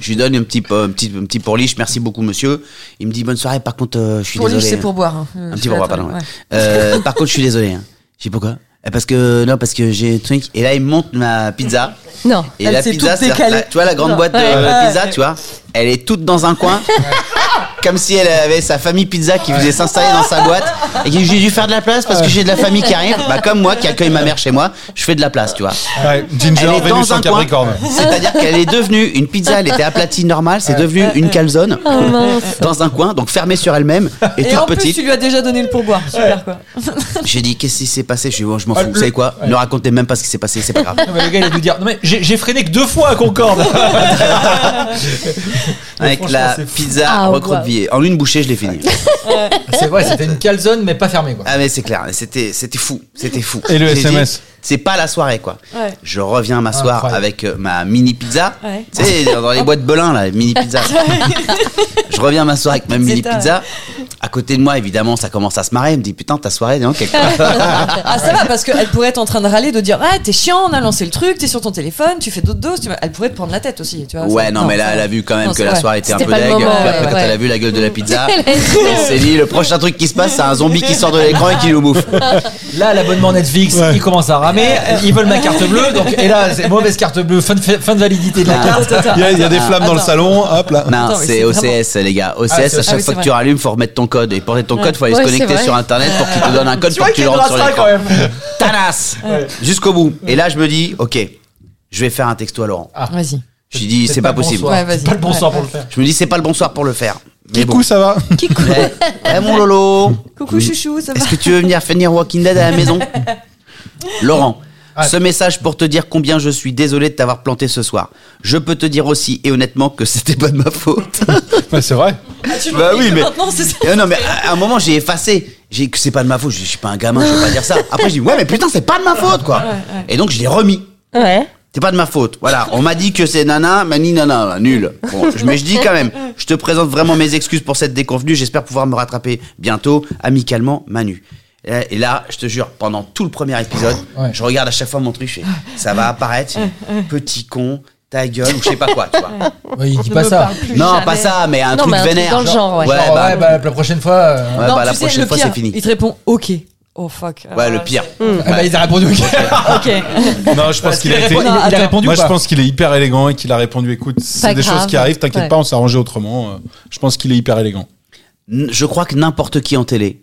je lui donne un petit, un petit, un petit pourliche. Merci beaucoup, monsieur. Il me dit bonne soirée. Par contre, euh, je suis Pour lui, désolé. c'est hein. pour boire. hein. Euh, Un je petit fais peu, la pardon. toilette, ouais. <laughs> Euh, par contre, je suis désolé. Hein. Je sais pourquoi. Euh, Parce que non, parce que j'ai un truc. Et là, il me montre ma pizza. non. Et Elle la s'est pizza, toute c'est- décalée. la- tu vois la grande Non. boîte de Ouais. euh, Ouais. pizza, tu vois, elle est toute dans un <laughs> coin. Comme si elle avait sa famille pizza qui faisait s'installer dans sa boîte et qui dit, j'ai dû faire de la place parce que j'ai de la famille qui <laughs> arrive. Bah, comme moi qui accueille ma mère chez moi, je fais de la place, tu vois. Ouais, Ginger, Elle est Vénus dans en un coin. Capricorne. <laughs> C'est-à-dire qu'elle est devenue une pizza, elle était aplatie normale, c'est Euh, devenu une calzone dans un coin, donc fermée sur elle-même et, Oh, Et toute en plus, petite. tu lui as déjà donné le pourboire. Super, quoi. J'ai dit qu'est-ce qui s'est passé Je lui ai dit, bon, je m'en fous. Ah, le- Vous savez quoi Ne racontez même pas ce qui s'est passé, c'est pas <laughs> grave. Non, mais le gars, il a dû dire Non, mais j'ai j'ai freiné que deux fois à Concorde. Avec franchement, la c'est fou. pizza Ah, recroquevillée. En une bouchée, je l'ai fini. <laughs> C'est vrai, c'était une calzone, mais pas fermée, quoi. Ah, mais c'est clair, c'était c'était fou. C'était fou. Et le J'ai SMS? dit, C'est pas la soirée, quoi. Ouais. Je reviens m'asseoir Incroyable. avec euh, ma mini pizza. Ouais. Tu sais, dans les boîtes Belin, là, mini <laughs> pizza. je reviens m'asseoir avec ma mini Pizzetta. pizza. À côté de moi, évidemment, ça commence à se marrer. Elle me dit Putain, ta soirée, dis donc, elle- Ah, ça va, parce qu'elle pourrait être en train de râler, de dire Ah, t'es chiant, on a lancé le truc, t'es sur ton téléphone, tu fais d'autres doses. Tu vois. Elle pourrait te prendre la tête aussi. Tu vois, Ouais, ça- non, mais là, elle a vu quand même Non, que c'est- la ouais. soirée était un peu C'était pas deg. le Puis moment, après, ouais, quand ouais. elle a vu la gueule de la <laughs> pizza, Elle a été- elle s'est dit le prochain truc qui se passe, c'est un zombie qui sort de l'écran et qui nous bouffe. Là, l'abonnement Netflix, il commence à ramer. Ils veulent ma carte bleue. Donc, et là, c'est mauvaise carte bleue, fin de, fin de validité de la <laughs> carte. Il y a, il y a des flammes dans le Attends. salon, hop là. Non, Attends, mais c'est c'est OCS, vraiment- les gars. OCS, Ah, c'est- à chaque ah oui, fois c'est que tu vrai. rallumes, faut remettre ton code. Et pour mettre ton code, faut aller Ouais, se c'est connecter vrai. sur internet pour qu'il te donne un code pour que tu le qu'il y a rentres de sur la l'écran. salle, quand même. Tanas Jusqu'au bout. Et là, je me dis, ok, je vais faire un texto à Laurent. Ah, Vas-y. Je lui dis, c'est pas, possible. soir. Ouais, vas-y. C'est pas le bon Ouais. soir pour le faire. Je me dis, c'est pas le bon soir pour le faire. Mais Du bon. coup, ça va. Ouais. Ouais, mon Lolo. Coucou, chouchou, ça va Est-ce que tu veux venir finir Walking Dead à la maison Laurent, Ah. ce message pour te dire combien je suis désolé de t'avoir planté ce soir. Je peux te dire aussi et honnêtement que c'était pas de ma faute. Ouais, c'est vrai. Tu Bah me dis oui, que mais- Maintenant, c'est ça. Euh, non mais à à un moment j'ai effacé. J'ai dit que c'est pas de ma faute, je dis, je suis pas un gamin, je vais pas dire ça. Après je dis ouais mais putain c'est pas de ma faute quoi. Et donc je l'ai remis. Ouais. C'est pas de ma faute. Voilà, on m'a dit que c'est nana, mani nana, là, nul. Bon, je, mais je dis quand même, je te présente vraiment mes excuses pour cette déconvenue. J'espère pouvoir me rattraper bientôt, amicalement, Manu. Et et là, je te jure, pendant tout le premier épisode, Ouais. je regarde à chaque fois mon truc, je fais, ça va apparaître, petit con, ta gueule, ou je sais pas quoi, tu vois. Ouais, il dit Ne pas me ça. parle plus Non, jamais. pas ça, mais un Non, truc mais un truc vénère. dans le genre, ouais. Genre, bah, ouais, bah, la prochaine fois. euh, ouais, Non, bah, la tu sais, prochaine le fois, pire, c'est fini. Il te répond OK. Oh fuck. Ah, Ouais, le pire. ah bah, il a répondu. <laughs> <laughs> Ok. Non, je pense qu'il a été. répondu- il a Attends. répondu Moi, ou je pas pense qu'il est hyper élégant et qu'il a répondu. Écoute, c'est Pas des grave. choses qui arrivent. T'inquiète Ouais. pas, on s'est arrangé autrement. Euh, Je pense qu'il est hyper élégant. N- je crois que n'importe qui en télé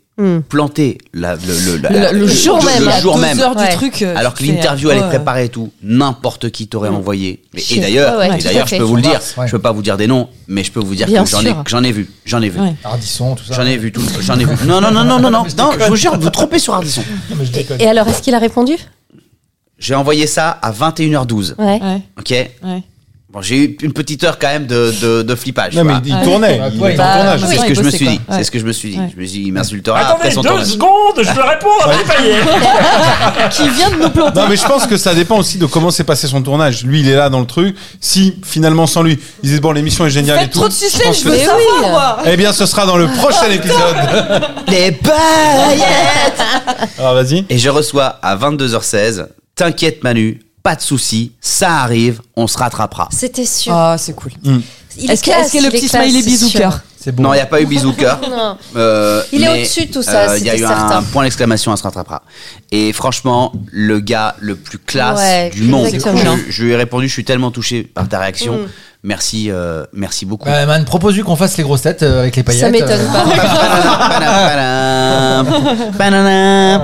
planter la- le, le- la- Mm. Le- le jour même, le à jour deux même. heures du Ouais. truc, euh, alors que tu fais, l'interview euh, elle est ouais. Mm. préparée et tout n'importe qui t'aurait envoyé Mais- Chier. et d'ailleurs Ouais, ouais, et tout d'ailleurs à je fait. peux vous le dire Ouais. je peux pas vous dire des noms mais je peux vous dire Bien que j'en ai sûr. j'en ai vu j'en ai vu Ouais. Ardisson, tout ça. J'en ai vu tout, j'en ai vu. Non, non, non, non, non, non, non, je vous jure, vous trompez sur Ardisson. Non, mais je déconne. Et alors, est-ce qu'il a répondu J'ai envoyé ça à 21h12, Ouais. Ouais. ok Ouais. Bon, j'ai eu une petite heure quand même de, de, de flippage. Non, tu mais vois. il, il tournait. Bah, il toi, était il- en Bah, tournage. oui. C'est ce que je me bosser, suis quoi. dit. C'est Ouais. ce que je me suis dit. Ouais. Je me suis dit, il m'insultera après Attendez son deux tournage. secondes, je veux répondre à Payet. Qui vient de nous planter. Non, mais je pense que ça dépend aussi de comment s'est passé son tournage. Lui, il est là dans le truc. Si, finalement, sans lui, il disait, bon, l'émission est géniale et Faites tout. trop de succès, pense je que- veux Mais savoir, Oh, oui. moi. Eh bien, ce sera dans le prochain épisode. Les paillettes Alors, vas-y. Et je reçois à 22h16, t'inquiète Manu, pas de souci, ça arrive, on se rattrapera. C'était sûr. Ah, c'est cool. Il Est-ce que- classe, est-ce qu'il y a le il est petit classe, smiley c'est bisou sûr. cœur C'est Non, il n'y a pas eu bisou cœur. Non. Euh, Il est mais, au-dessus de tout ça, Il y a c'était eu certain. un point d'exclamation, on se rattrapera. Et franchement, le gars le plus classe Ouais, du monde. exactement. Mm. Je, je lui ai répondu, je suis tellement touché par ta réaction. Merci, euh, merci beaucoup. Bah, man, propose-lui qu'on fasse les grosses têtes euh, avec les paillettes. Ça m'étonne Euh, pas. Panam, panam, panam.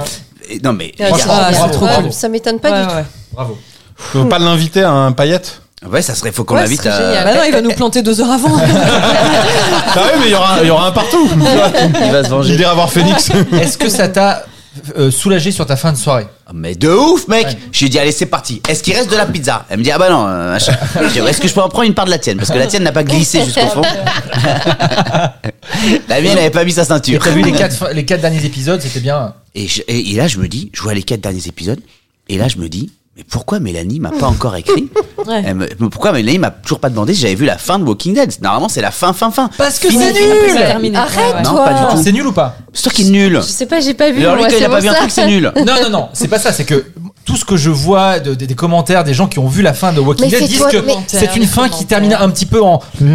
Et Non mais, les Ouais, gars, Ah, c'est trop ouais, drôle. Ça m'étonne pas du tout. Bravo. Tu veux pas l'inviter à un paillette ouais, ça serait faut qu'on Ouais, ce l'invite serait à, génial. Bah non, il va nous planter deux heures <laughs> avant. Ah oui, mais il y aura, il y aura un partout. Il va se Je venger. dirais avoir Félix. Ah Est-ce que ça t'a euh, soulagé sur ta fin de soirée Ah, Mais de ouf, mec Ouais. J'ai dit, allez, c'est parti. Est-ce qu'il reste de la pizza Elle me dit, ah bah non, euh, <laughs> machin. Je dis, est-ce que je peux en prendre une part de la tienne Parce que la tienne n'a pas glissé jusqu'au <laughs> fond. la mienne n'avait pas mis sa Et ceinture. t'as vu <laughs> les quatre, fin- les quatre derniers épisodes, c'était bien. Et, je- et- et là, je me dis, je vois les quatre derniers épisodes, et là, je me dis, mais pourquoi Mélanie m'a pas encore <laughs> écrit Ouais. Elle me- Pourquoi Mélanie m'a toujours pas demandé si j'avais vu la fin de Walking Dead Normalement, c'est la fin, fin, fin. Parce que Fini. c'est nul. C'est terminé. Arrête, Non, toi. pas du tout. C'est nul ou pas C'est toi qui es nul. Je sais pas, j'ai pas vu. Alors, lui, moi, quand il c'est a pas pour vu un ça. truc, c'est <laughs> nul. Non, non, non, c'est pas ça. C'est que tout ce que je vois de- des- des commentaires des gens qui ont vu la fin de Walking Mais Dead c'est disent toi- que mais- c'est une fin qui Commentaires. termine un petit peu en. Bah,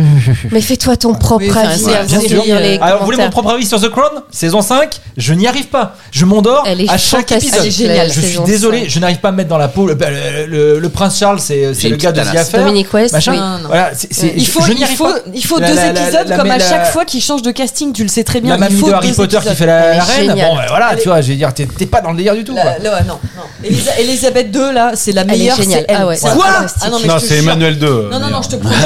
Mais fais-toi ton propre Oui, enfin, avis. c'est- avant bien de sûr. Bah, lire les Ah, Alors, vous voulez mon commentaires. propre avis sur The Crown Saison 5, je n'y arrive pas. Je m'endors Elle est à chaque fantastique, épisode. Elle est géniale. la Je suis saison désolé, cinq. je n'arrive pas à me mettre dans la peau. Le, bah, le- le- le prince Charles, c'est c'est James le gars de The Dallas. Affair. Dominique West, machin. oui. Non, non. Voilà, c'est- c'est- Il je- faut, je n'y il arrive faut, pas. il faut La- deux la- la- épisodes la- euh, comme mais à la- chaque fois qu'il change de casting, tu le sais très bien. La il mamie faut de Harry deux Potter épisodes. qui fait la, Elle est la reine. géniale. Bon, ben voilà, Elle est- tu vois, je veux dire, t'es t'es pas dans le délire du tout. quoi. La- la- ouais, non, non. Elisa- Elisabeth II, là, c'est la est meilleure. c'est géniale. elle. Ah ouais, C'est- Quoi Ah non, mais Non, je te c'est jure. Emmanuel 2. Non, non, non, je te promets.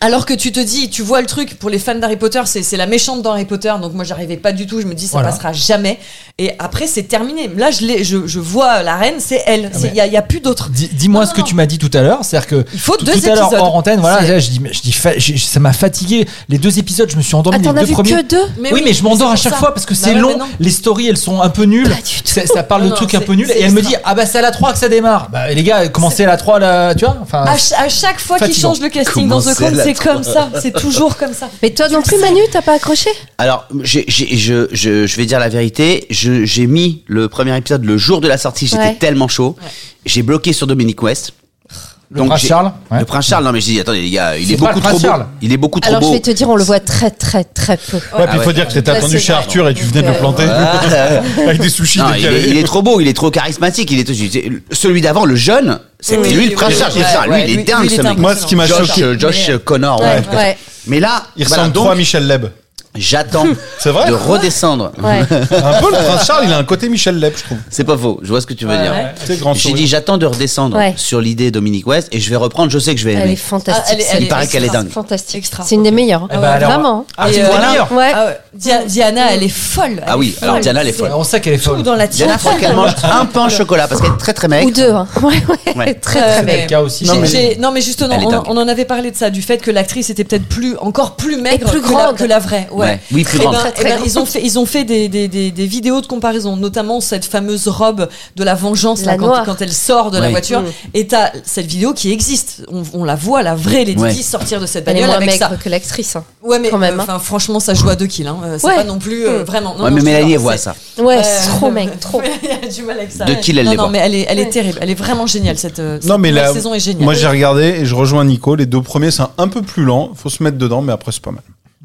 Alors que tu te dis, tu vois le truc, pour les fans d'Harry Potter, c'est c'est la méchante dans Harry Potter, donc moi j'arrivais pas du tout, je me dis ça Voilà. passera jamais. Et après c'est terminé. Là je, l'ai- je, je vois la reine, c'est elle, il n'y a, y a plus d'autre. Dis- Dis-moi Non, ce que non, tu m'as dit tout à l'heure, c'est-à-dire que Il faut tout, deux tout à l'heure épisodes. hors antenne, voilà, C'est- là, je dis, mais je dis, fa- je- ça m'a fatigué. Les deux épisodes, je me suis endormi. Ah, t'en les as deux vu premiers. que deux Mais oui, oui, mais je m'endors à c'est chaque pour fois ça. parce que Bah c'est ouais, long, mais non. les stories elles sont un peu nulles. Ça, ça parle Non, de non, trucs un peu c'est- nuls et c'est elle me dit extra. ah bah c'est à la 3 que ça démarre. Bah les gars, commencez à la 3 là, tu vois enfin, À, ch- à chaque fois qu'ils Ah. Fatigant. changent le casting dans The Commencez Crown, la c'est trois. <laughs> comme ça, c'est toujours comme ça. Mais toi non plus, Manu, t'as pas accroché Alors, j'ai- j'ai- je, je, je vais dire la vérité, je- j'ai mis le premier épisode le jour de la sortie, j'étais Ouais. tellement chaud. J'ai bloqué sur Dominique West. le prince j'ai- Charles. ouais. Le prince Charles, non mais je dis, attendez les gars, il C'est est, pas beaucoup le prince trop beau. Charles. Il est beaucoup trop Ah, Alors beau. je vais te dire, on le voit très très très très peu. Ouais, puis il Ah faut ouais. dire que t'étais Ça, attendu c'est chez vrai. Arthur et tu venais de le Euh, planter Ah. <laughs> avec des sushis Non, il, décalés. est, il est trop beau, il est trop charismatique, il est tout- celui d'avant, le jeune, c'était Oui, lui le oui, prince oui, Charles. oui, c'est ça, ouais, lui, il est lui- dingue lui, il ce est mec. Moi, ce qui m'a Josh, choqué, euh, Josh euh, Connor, ouais. Ouais, ouais. Mais là, il voilà, ressemble donc, trop à Michel Leb. J'attends C'est vrai de redescendre. Ouais. Un peu le prince Charles, il a un côté Michel Leb, je trouve. C'est pas faux, je vois ce que tu veux dire. C'est grand J'ai sourire. dit, j'attends de redescendre Ouais. sur l'idée Dominique West et je vais reprendre, je sais que je vais Elle est aimer. fantastique. Ah, elle est- celle-là. Il paraît qu'elle est dingue. Fantastique. Extra. C'est une des meilleures. Eh ben, alors, Vraiment. Ah, Et, c'est euh, la voilà. meilleure. Ouais. Ah ouais. Dia- Diana, elle est folle. elle Ah oui, est alors folle. Diana, elle est folle. On sait qu'elle est C'est tout folle. dans la Diana, tierce. faut qu'elle mange un pain au chocolat parce qu'elle est très très maigre. Ou deux. hein. <laughs> Ouais, ouais. Ouais. Très très Euh, C'est le belle. cas aussi. J'ai- mais- j'ai- non mais justement, Elle est on, dingue. on en avait parlé de ça, du fait que l'actrice était peut-être plus, encore plus maigre plus que, la, grande. que la vraie. Ouais. Ouais. Oui, plus Eh grande. ben, Très, très eh ben, grande. ils ont fait, ils ont fait des, des, des, des vidéos de comparaison, notamment cette fameuse robe de la vengeance La là, quand, noire. quand elle sort de la Oui. voiture. Mm. Et t'as cette vidéo qui existe. On, on la voit, la vraie Lady Ouais. Di sortir de cette Elle est bagnole moins avec maigre ça. que l'actrice. hein. Ouais, mais quand même, euh, hein. enfin, franchement, ça joue à deux kills. Hein. Euh, C'est Ouais. pas non plus euh, vraiment. Non, Ouais, non, mais je te Mélanie, jure, elle voit c'est- ça. Ouais, Euh, <laughs> c'est trop maigre, trop. <laughs> Il y a du mal avec ça. De ouais. qui elle non, les non, voit. mais elle est, elle est terrible. Elle est vraiment géniale cette. euh, cette Non, mais nouvelle la saison est géniale. Moi, j'ai regardé et je rejoins Nico. Les deux premiers, c'est un peu plus lent. Faut se mettre dedans, mais après, c'est pas mal.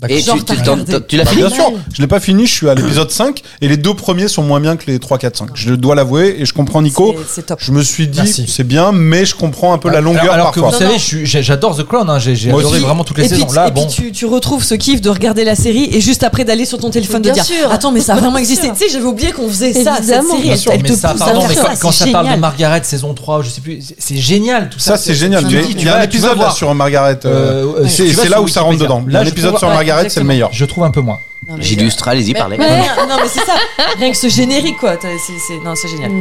Et Genre, tu, tu- t'as t'en- regardé. tu l'as Bah, fini bien sûr, je l'ai pas fini. Je suis à l'épisode 5 et les deux premiers sont moins bien que les 3, 4, 5. Je dois l'avouer et je comprends Nico. C'est- c'est top. Je me suis dit, Merci. c'est bien, mais je comprends un peu la longueur alors, alors que parfois. vous savez, je suis- j'ai- j'adore The Crown, hein, j'ai j'ai Moi adoré aussi. vraiment toutes les et puis, saisons. Là, et puis bon. tu, tu retrouves ce kiff de regarder la série et juste après d'aller sur ton téléphone de Bien dire sûr. Attends, mais ça a vraiment Bien existé. sûr. Tu sais, j'avais oublié qu'on faisait ça. Cette Évidemment. série, Bien elle, sûr, elle mais te ça, pousse à pardon, faire mais quand, ça, quand c'est ça parle de génial. Margaret saison 3, je sais plus, c'est- c'est génial tout ça. Ça, c'est génial. Tu Il y a- dis, il tu y a vas- un tu vas épisode là voir. sur Margaret. euh, Euh, ouais. c'est Tu vas c'est là sur où ça rentre Wikipédia. dedans. Là, je L'épisode trouve- sur ouais, Margaret, c'est le exactement. meilleur. Je trouve un peu moins. Non, mais- J'illustre, allez-y, Mais- parlez. mais rien, non, mais c'est ça. Rien que ce générique, quoi. t'as- c'est- c'est- Non, c'est génial.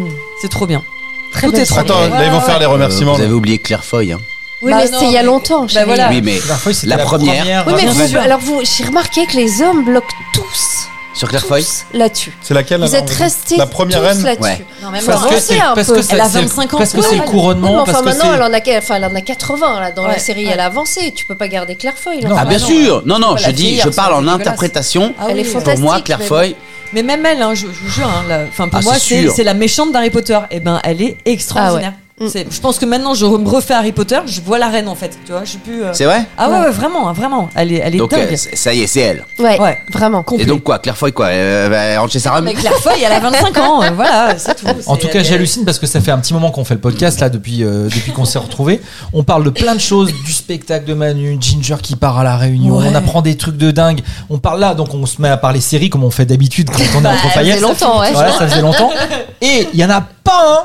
C'est trop bien. Mm. Très Tout belle est trop série. Attends, Ouais, là, ils vont ouais, faire les Euh, remerciements. vous avez oublié Claire Foy. Hein. Oui, Bah mais non, c'était il y a mais- longtemps. Bah chérie. voilà. Oui, mais La, fois, c'était La première. Oui, mais Bien vous- sûr. alors vous, j'ai remarqué que les hommes bloquent tous, sur Clairefoy tous là-dessus. C'est laquelle Vous alors, êtes Rosa restés La première tous reine là-dessus. Ouais. Non, mais Parce moi, que non. c'est- un parce peu. que c'est- Elle a c'est- 25 ans, Parce que ouais. c'est le couronnement, Non, mais parce enfin, que maintenant, c'est. elle en, a, que- enfin, elle en a 80 là, dans la Ouais, série. ouais. Elle a avancé. Tu peux pas garder Clairefoy. là. Non. Ah, bien sûr Non, non, Voilà, je dis, fille, je elles parle sont en dégueulasses. interprétation. Ah Elle oui, est oui. Pour fantastique. moi, mais Clairefoy, Mais même elle, hein, je, je vous jure, hein, la- enfin, pour Ah, moi, c'est c'est sûr. c'est la méchante d'Harry Potter. Et ben, elle est extraordinaire. Ah ouais. Mm. C'est- Je pense que maintenant, je me refais Harry Potter, je vois la reine en fait. Tu vois, je suis plus. euh, c'est vrai Ah ouais, ouais, vraiment, hein, vraiment. Elle est, elle est Donc, dingue. euh, c'est- ça y est, c'est elle. bon. Ouais, Ouais. vraiment. Et donc quoi Clairefoy, quoi euh, Elle rentre chez sa Mais rame Clairefoy, elle a 25 ans. euh, voilà, c'est tout. En C'est- tout cas, elle- j'hallucine parce que ça fait un petit moment qu'on fait le podcast là depuis euh, depuis qu'on s'est retrouvés. On parle de plein de choses, du spectacle de Manu, Ginger qui part à la réunion, Ouais. on apprend des trucs de dingue. On parle là, donc on se met à parler séries comme on fait d'habitude quand Bah, on est Ça entre faisait paillettes. longtemps, ouais. Voilà, ça faisait longtemps. Et il y en a pas un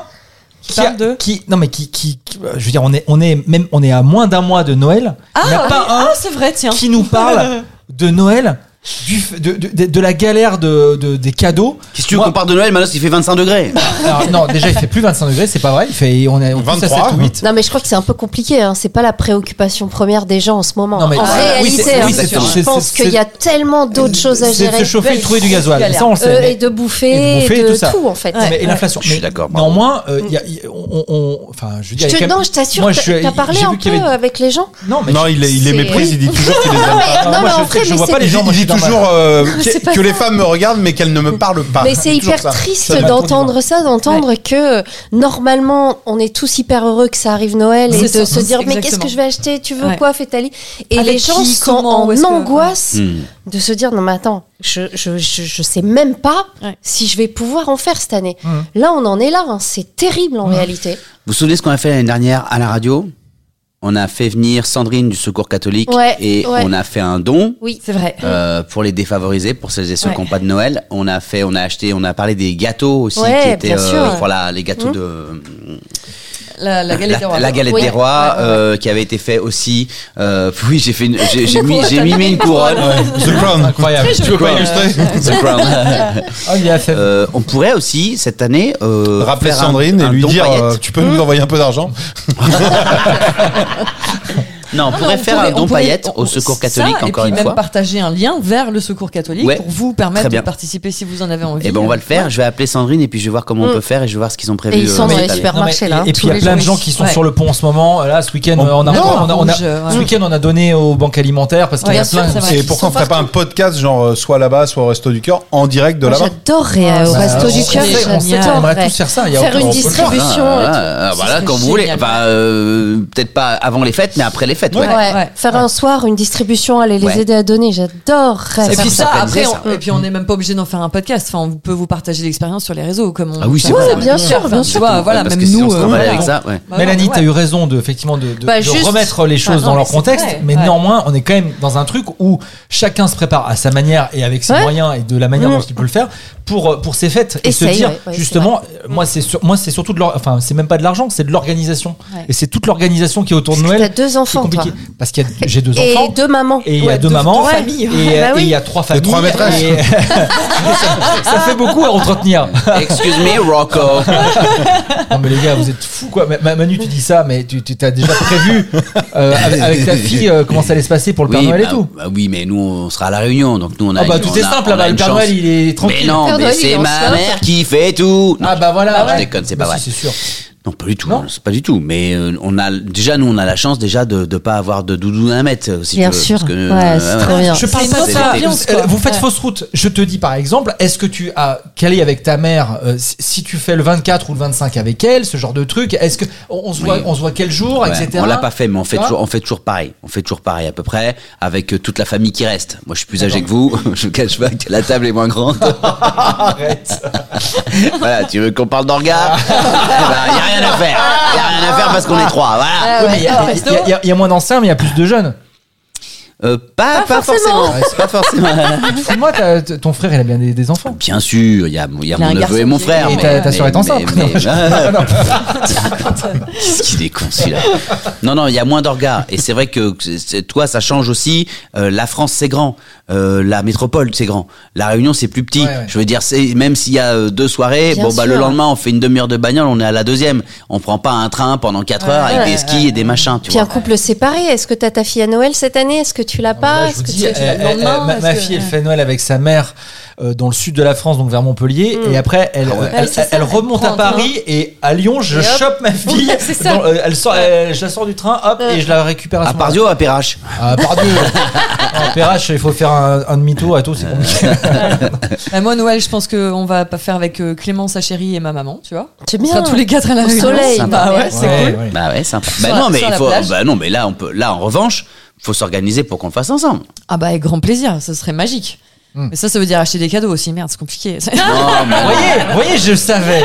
qui, a- parle de- qui- non mais qui, qui, qui- euh, je veux dire, on est, on est même, on est à moins d'un mois de Noël. il n'y a Ah, pas oui, un ah, c'est vrai, tiens. qui <laughs> nous parle de Noël, du, f- de, de- de- de la galère de, de- des cadeaux. Qu'est-ce que tu veux Moi- qu'on parle de Noël Manos, il fait 25 degrés. alors, non, déjà il fait plus 25 degrés, c'est pas vrai. Il fait, on est on pousse à 23, 7 ou 8. Non, mais je crois que c'est un peu compliqué. Hein. C'est pas la préoccupation première des gens en ce moment. Non, mais- en Ah, oui, réalité, c'est- hein, oui, c'est- je c'est- pense c'est- qu'il y a tellement d'autres choses à C'est de gérer. se chauffer et de trouver du gasoil. Galère. Ça, on le Euh, sait. et de bouffer, Et de bouffer, et de tout tout, ça. en fait. Mm. Non, mais- et Ouais. l'inflation. Je suis Mais d'accord, bravo. Néanmoins, euh, il y a- il- on, on- enfin, je veux dire, Je il y a te- quand même- non, je t'assure, Moi, t'as- je- t'as parlé j'ai vu un qu'il peu y avait- avec les gens Non, mais Non, il les, il les C'est- méprise, il dit toujours qu'il les aime pas. Non, mais moi, en je- vrai, je mais vois pas c'est- les Il, gens. dit- moi, il je dit suis dans ma- toujours euh, c'est que, pas que les ça. femmes me regardent mais qu'elles ne me parlent pas. Mais Il c'est dit toujours hyper Ah, ça. triste Ça doit d'entendre ça, d'entendre que euh, normalement on est tous hyper heureux que ça arrive Noël et C'est de ça, se dire mais qu'est-ce exactement. que je vais acheter, tu veux Ouais. quoi, Fétali Et Avec les gens qui, sont comment, où est-ce en que- angoisse Hmm. de se dire non mais attends, je je je, je sais même pas Ouais. si je vais pouvoir en faire cette année. Là on en est là, hein. c'est terrible en réalité. Vous vous souvenez ce qu'on a fait l'année dernière à la radio On a fait venir Sandrine du Secours catholique Ouais, et ouais. on a fait un don. Oui. C'est vrai. euh, pour les défavorisés, pour celles et ceux Ouais. qui n'ont pas de Noël, on a fait, on a acheté, on a parlé des gâteaux aussi Ouais, qui étaient euh, bien sûr. pour la, les gâteaux Mhm. de La, Ah, la Mmh. galette des rois. la galette Oui. des rois Ouais, ouais, ouais. euh, qui avait été fait aussi. euh, <laughs> oui, j'ai fait, une- j'ai j'ai mis, j'ai mimé une couronne. <laughs> The Crown. Incroyable. Tu veux pas illustrer The Crown. Ah, il a fait- Euh, on pourrait aussi cette année euh, Rappeler faire un- Sandrine et un lui don dire paillette. Mmh. euh, tu peux nous envoyer un peu d'argent Non, on pourrait Ah, on faire pourrait- un don on pourrait- paillette on- au Secours ça, catholique encore et puis une même fois. partager un lien vers le Secours catholique Ouais. pour vous Très permettre de bien. participer si vous en avez envie. Et ben on va le faire. Je vais appeler Sandrine et puis je vais voir comment on Mm. peut faire et je vais voir ce qu'ils ont prévu. Et ils euh, sont dans cette les année. supermarchés Non, mais- là. hein, Et puis tous il y a les plein de jours gens qui sont Ouais. sur le pont en ce moment. Là, ce week-end, On- euh, on a, Non, on a- on a- rouge, euh, ce ouais. week-end, on a donné aux Bancali alimentaires parce qu'il y Ouais, a bien sûr, plein. Ah c'est bah, vrai. Et Ils pourquoi on sont ferait pas un podcast genre euh, soit là-bas, soit au Resto du Cœur en direct de Moi, là-bas J'adorerais Ah, euh, au bah, resto on du sait- cœur, on sait, on aimerait j'adorerais. tous faire ça. il y a Faire aucun- une on peut le faire. distribution. et tout. Ah, ah, voilà, serait quand vous voulez. génial. Enfin, euh, peut-être pas avant les fêtes, mais après les fêtes. Ouais. Ouais. Ouais. Faire un soir, une distribution, aller les Ouais. aider à donner, j'adorerais. Et Ça puis peut ça, s'organiser, après, ça. on, et puis on n'est même pas obligé d'en faire un podcast. Enfin, on peut vous partager l'expérience sur les réseaux, comme on. Ah oui, c'est ça, vrai. ça Ouais, va bien faire. sûr, Enfin, bien tu sûr. vois, voilà, parce même que sinon, nous. se euh, trimballer voilà. avec ça. <laughs> Ouais. Bah, Mélanie, ouais. t'as eu raison de effectivement de, de- Bah, de juste- remettre les choses Ah, non, dans mais leur c'est contexte, vrai, mais ouais. néanmoins, on est quand même dans un truc où chacun se prépare à sa manière et avec ses Ouais. moyens et de la manière dont il peut le faire pour euh, pour ses fêtes et se Essaye, dire ouais, ouais, justement, euh, moi c'est sur- moi c'est surtout de l'or- enfin c'est même pas de l'argent, c'est de l'organisation Ouais. et c'est toute l'organisation qui est autour de T'as Noël. qui deux est enfants, toi. compliquée. parce qu'il y a j'ai deux Et enfants deux mamans. et il y a Ouais, deux deux- mamans deux familles. <laughs> et, Bah euh, et oui. il y a trois familles trois maîtresses. et- <laughs> ça, ça fait beaucoup à entretenir Excuse me, Rocco. non Ah, mais les gars vous êtes fous quoi Ma- Ma- Manu tu dis ça mais tu tu t'as déjà prévu <laughs> euh, avec, avec ta fille euh, comment ça allait se passer pour le Père oui, Noël et bah, tout bah oui, mais nous, on sera à la réunion, donc nous, on a. ah bah une- tout on est a- simple on a là-bas, le une Père chance. Noël il est tranquille Mais non, Père mais Noël, il est c'est en ma slip. mère qui fait tout. Non, ah bah voilà je ouais. déconne, c'est Bah pas vrai. si, c'est sûr Non, pas du tout. Non. C'est pas du tout. Mais euh, on a déjà, nous, on a la chance déjà de ne pas avoir de doudou à mettre, euh, si Bien tu veux, sûr. parce que, Ouais, euh, c'est trop bien. je parle C'est pas de une ça autre ambiance, Euh, quoi. vous faites Ouais. fausse route je te dis par exemple est-ce que tu as calé avec ta mère euh, si- si tu fais le 24 ou le 25 avec elle ce genre de truc est-ce que on, on se voit Oui. on se voit quel jour Ouais, etc On l'a pas fait, mais on fait, Tu vois toujours, on fait toujours pareil. On fait toujours pareil à peu près, avec euh, toute la famille qui reste. Moi, je suis plus âgé que vous. <laughs> Je vous cache pas que la table est moins grande. Arrête. voilà, tu veux qu'on parle d'orgas Il y a rien à faire. Il y a rien à faire parce qu'on est trois. Voilà. Ah, Ah, Ouais, mais Il y a- il y a- il y a- il y a moins d'anciens, mais il y a plus de jeunes. Euh, pas, pas, Pas forcément. forcément. Ouais, c'est pas forcément. Moi, t'as- t- ton frère, il a bien des, des enfants. Bien sûr, il y a, il y a Il y a mon un neveu garçon et mon qui- frère. Et mais- ta- ta mais- sœur est enceinte. mais- <laughs> mais- Qu'est-ce qu'il est con celui-là. Non, non, il y a moins d'orgas. Et c'est vrai que c'est- c'est- toi, ça change aussi. Euh, la France, c'est grand. Euh, la métropole, c'est grand. La Réunion, c'est plus petit. Ouais, ouais. Je veux dire, c'est même s'il y a euh, deux soirées, Bien bon bah le sûr. lendemain, on fait une demi-heure de bagnole, on est à la deuxième. On prend pas un train pendant quatre heures avec des skis et des machins. Tu Puis vois. un couple séparé, est-ce que t'as ta fille à Noël cette année Est-ce que tu l'as pas Ah, Là, je Est-ce vous que dis, tu- euh, tu l'as le euh, lendemain ma, Est-ce ma que- fille, elle fait Noël avec sa mère euh, dans le sud de la France, donc vers Montpellier, et après elle, Ah ouais. Ouais, elle, c'est elle- ça, elle Mm. elle remonte prend à un train. Paris et à Lyon, je Et hop. chope ma fille. <laughs> Ouais, Euh. c'est ça. dans- euh, elle sort, elle- je la sors du train, hop, et je la récupère à À ce moment-là. Pardio, à Perrache. Ah, pardieu. <laughs> Ah, Perrache, il faut faire un, un demi-tour et tout, c'est compliqué. Bah, moi, Noël, je pense qu'on va pas faire avec euh, Clément, sa chérie et ma maman, tu vois. C'est On bien. sera tous les quatre à la Au Réunion. soleil. Bah ouais, Ouais. c'est Ouais, cool. ouais. Bah ouais, sympa. Sur Bah la- non, mais sur il la faut. plage. Bah non, mais là, on peut. Là, en revanche, faut s'organiser pour qu'on le fasse ensemble. Ah bah avec grand plaisir, ce serait magique. Mais ça, ça veut dire acheter des cadeaux aussi. Merde, c'est compliqué. Non, mais- Vous voyez, vous voyez, je savais.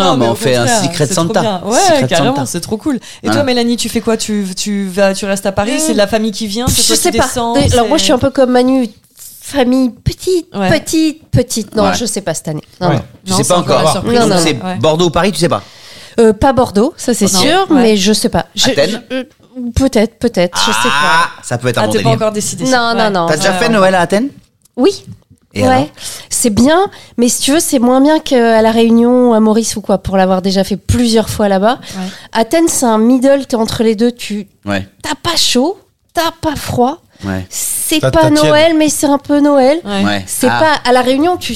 non, non, mais au on fait un contraire, secret c'est trop Santa. bien. Ouais, Secret carrément, Santa. c'est trop cool. Et Voilà. toi, Mélanie, tu fais quoi tu, tu vas, tu restes à Paris Mmh. C'est de la famille qui vient C'est Je toi qui sais pas. descends, Alors c'est- Ah, moi, je suis un peu comme Manu, famille petite, Ouais. petite, petite. Non, Ouais. je sais pas cette année. Non, Ouais. non. Tu Non, sais c'est pas encore encore. la surprise. Non, non, c'est non. Ouais. Bordeaux ou Paris, tu sais pas. Euh, pas Bordeaux, ça c'est Non. sûr, Ouais. mais je sais pas. Je- Athènes je- euh, Peut-être, peut-être, je sais ah, pas. ça peut être un Ah, bon t'es pas délire. encore décidé. Non, non, non. T'as déjà Ouais, fait ouais. Noël à Athènes Oui. Et alors ouais, c'est bien, mais si tu veux, c'est moins bien qu'à la Réunion, à Maurice ou quoi, pour l'avoir déjà fait plusieurs fois là-bas. Ouais. Athènes, c'est un middle, t'es entre les deux, tu Ouais, t'as pas chaud, t'as pas froid, ouais, c'est T'as- pas t'as tiède. Noël, mais c'est un peu Noël. Ouais. ouais. C'est Ah, pas à la Réunion, tu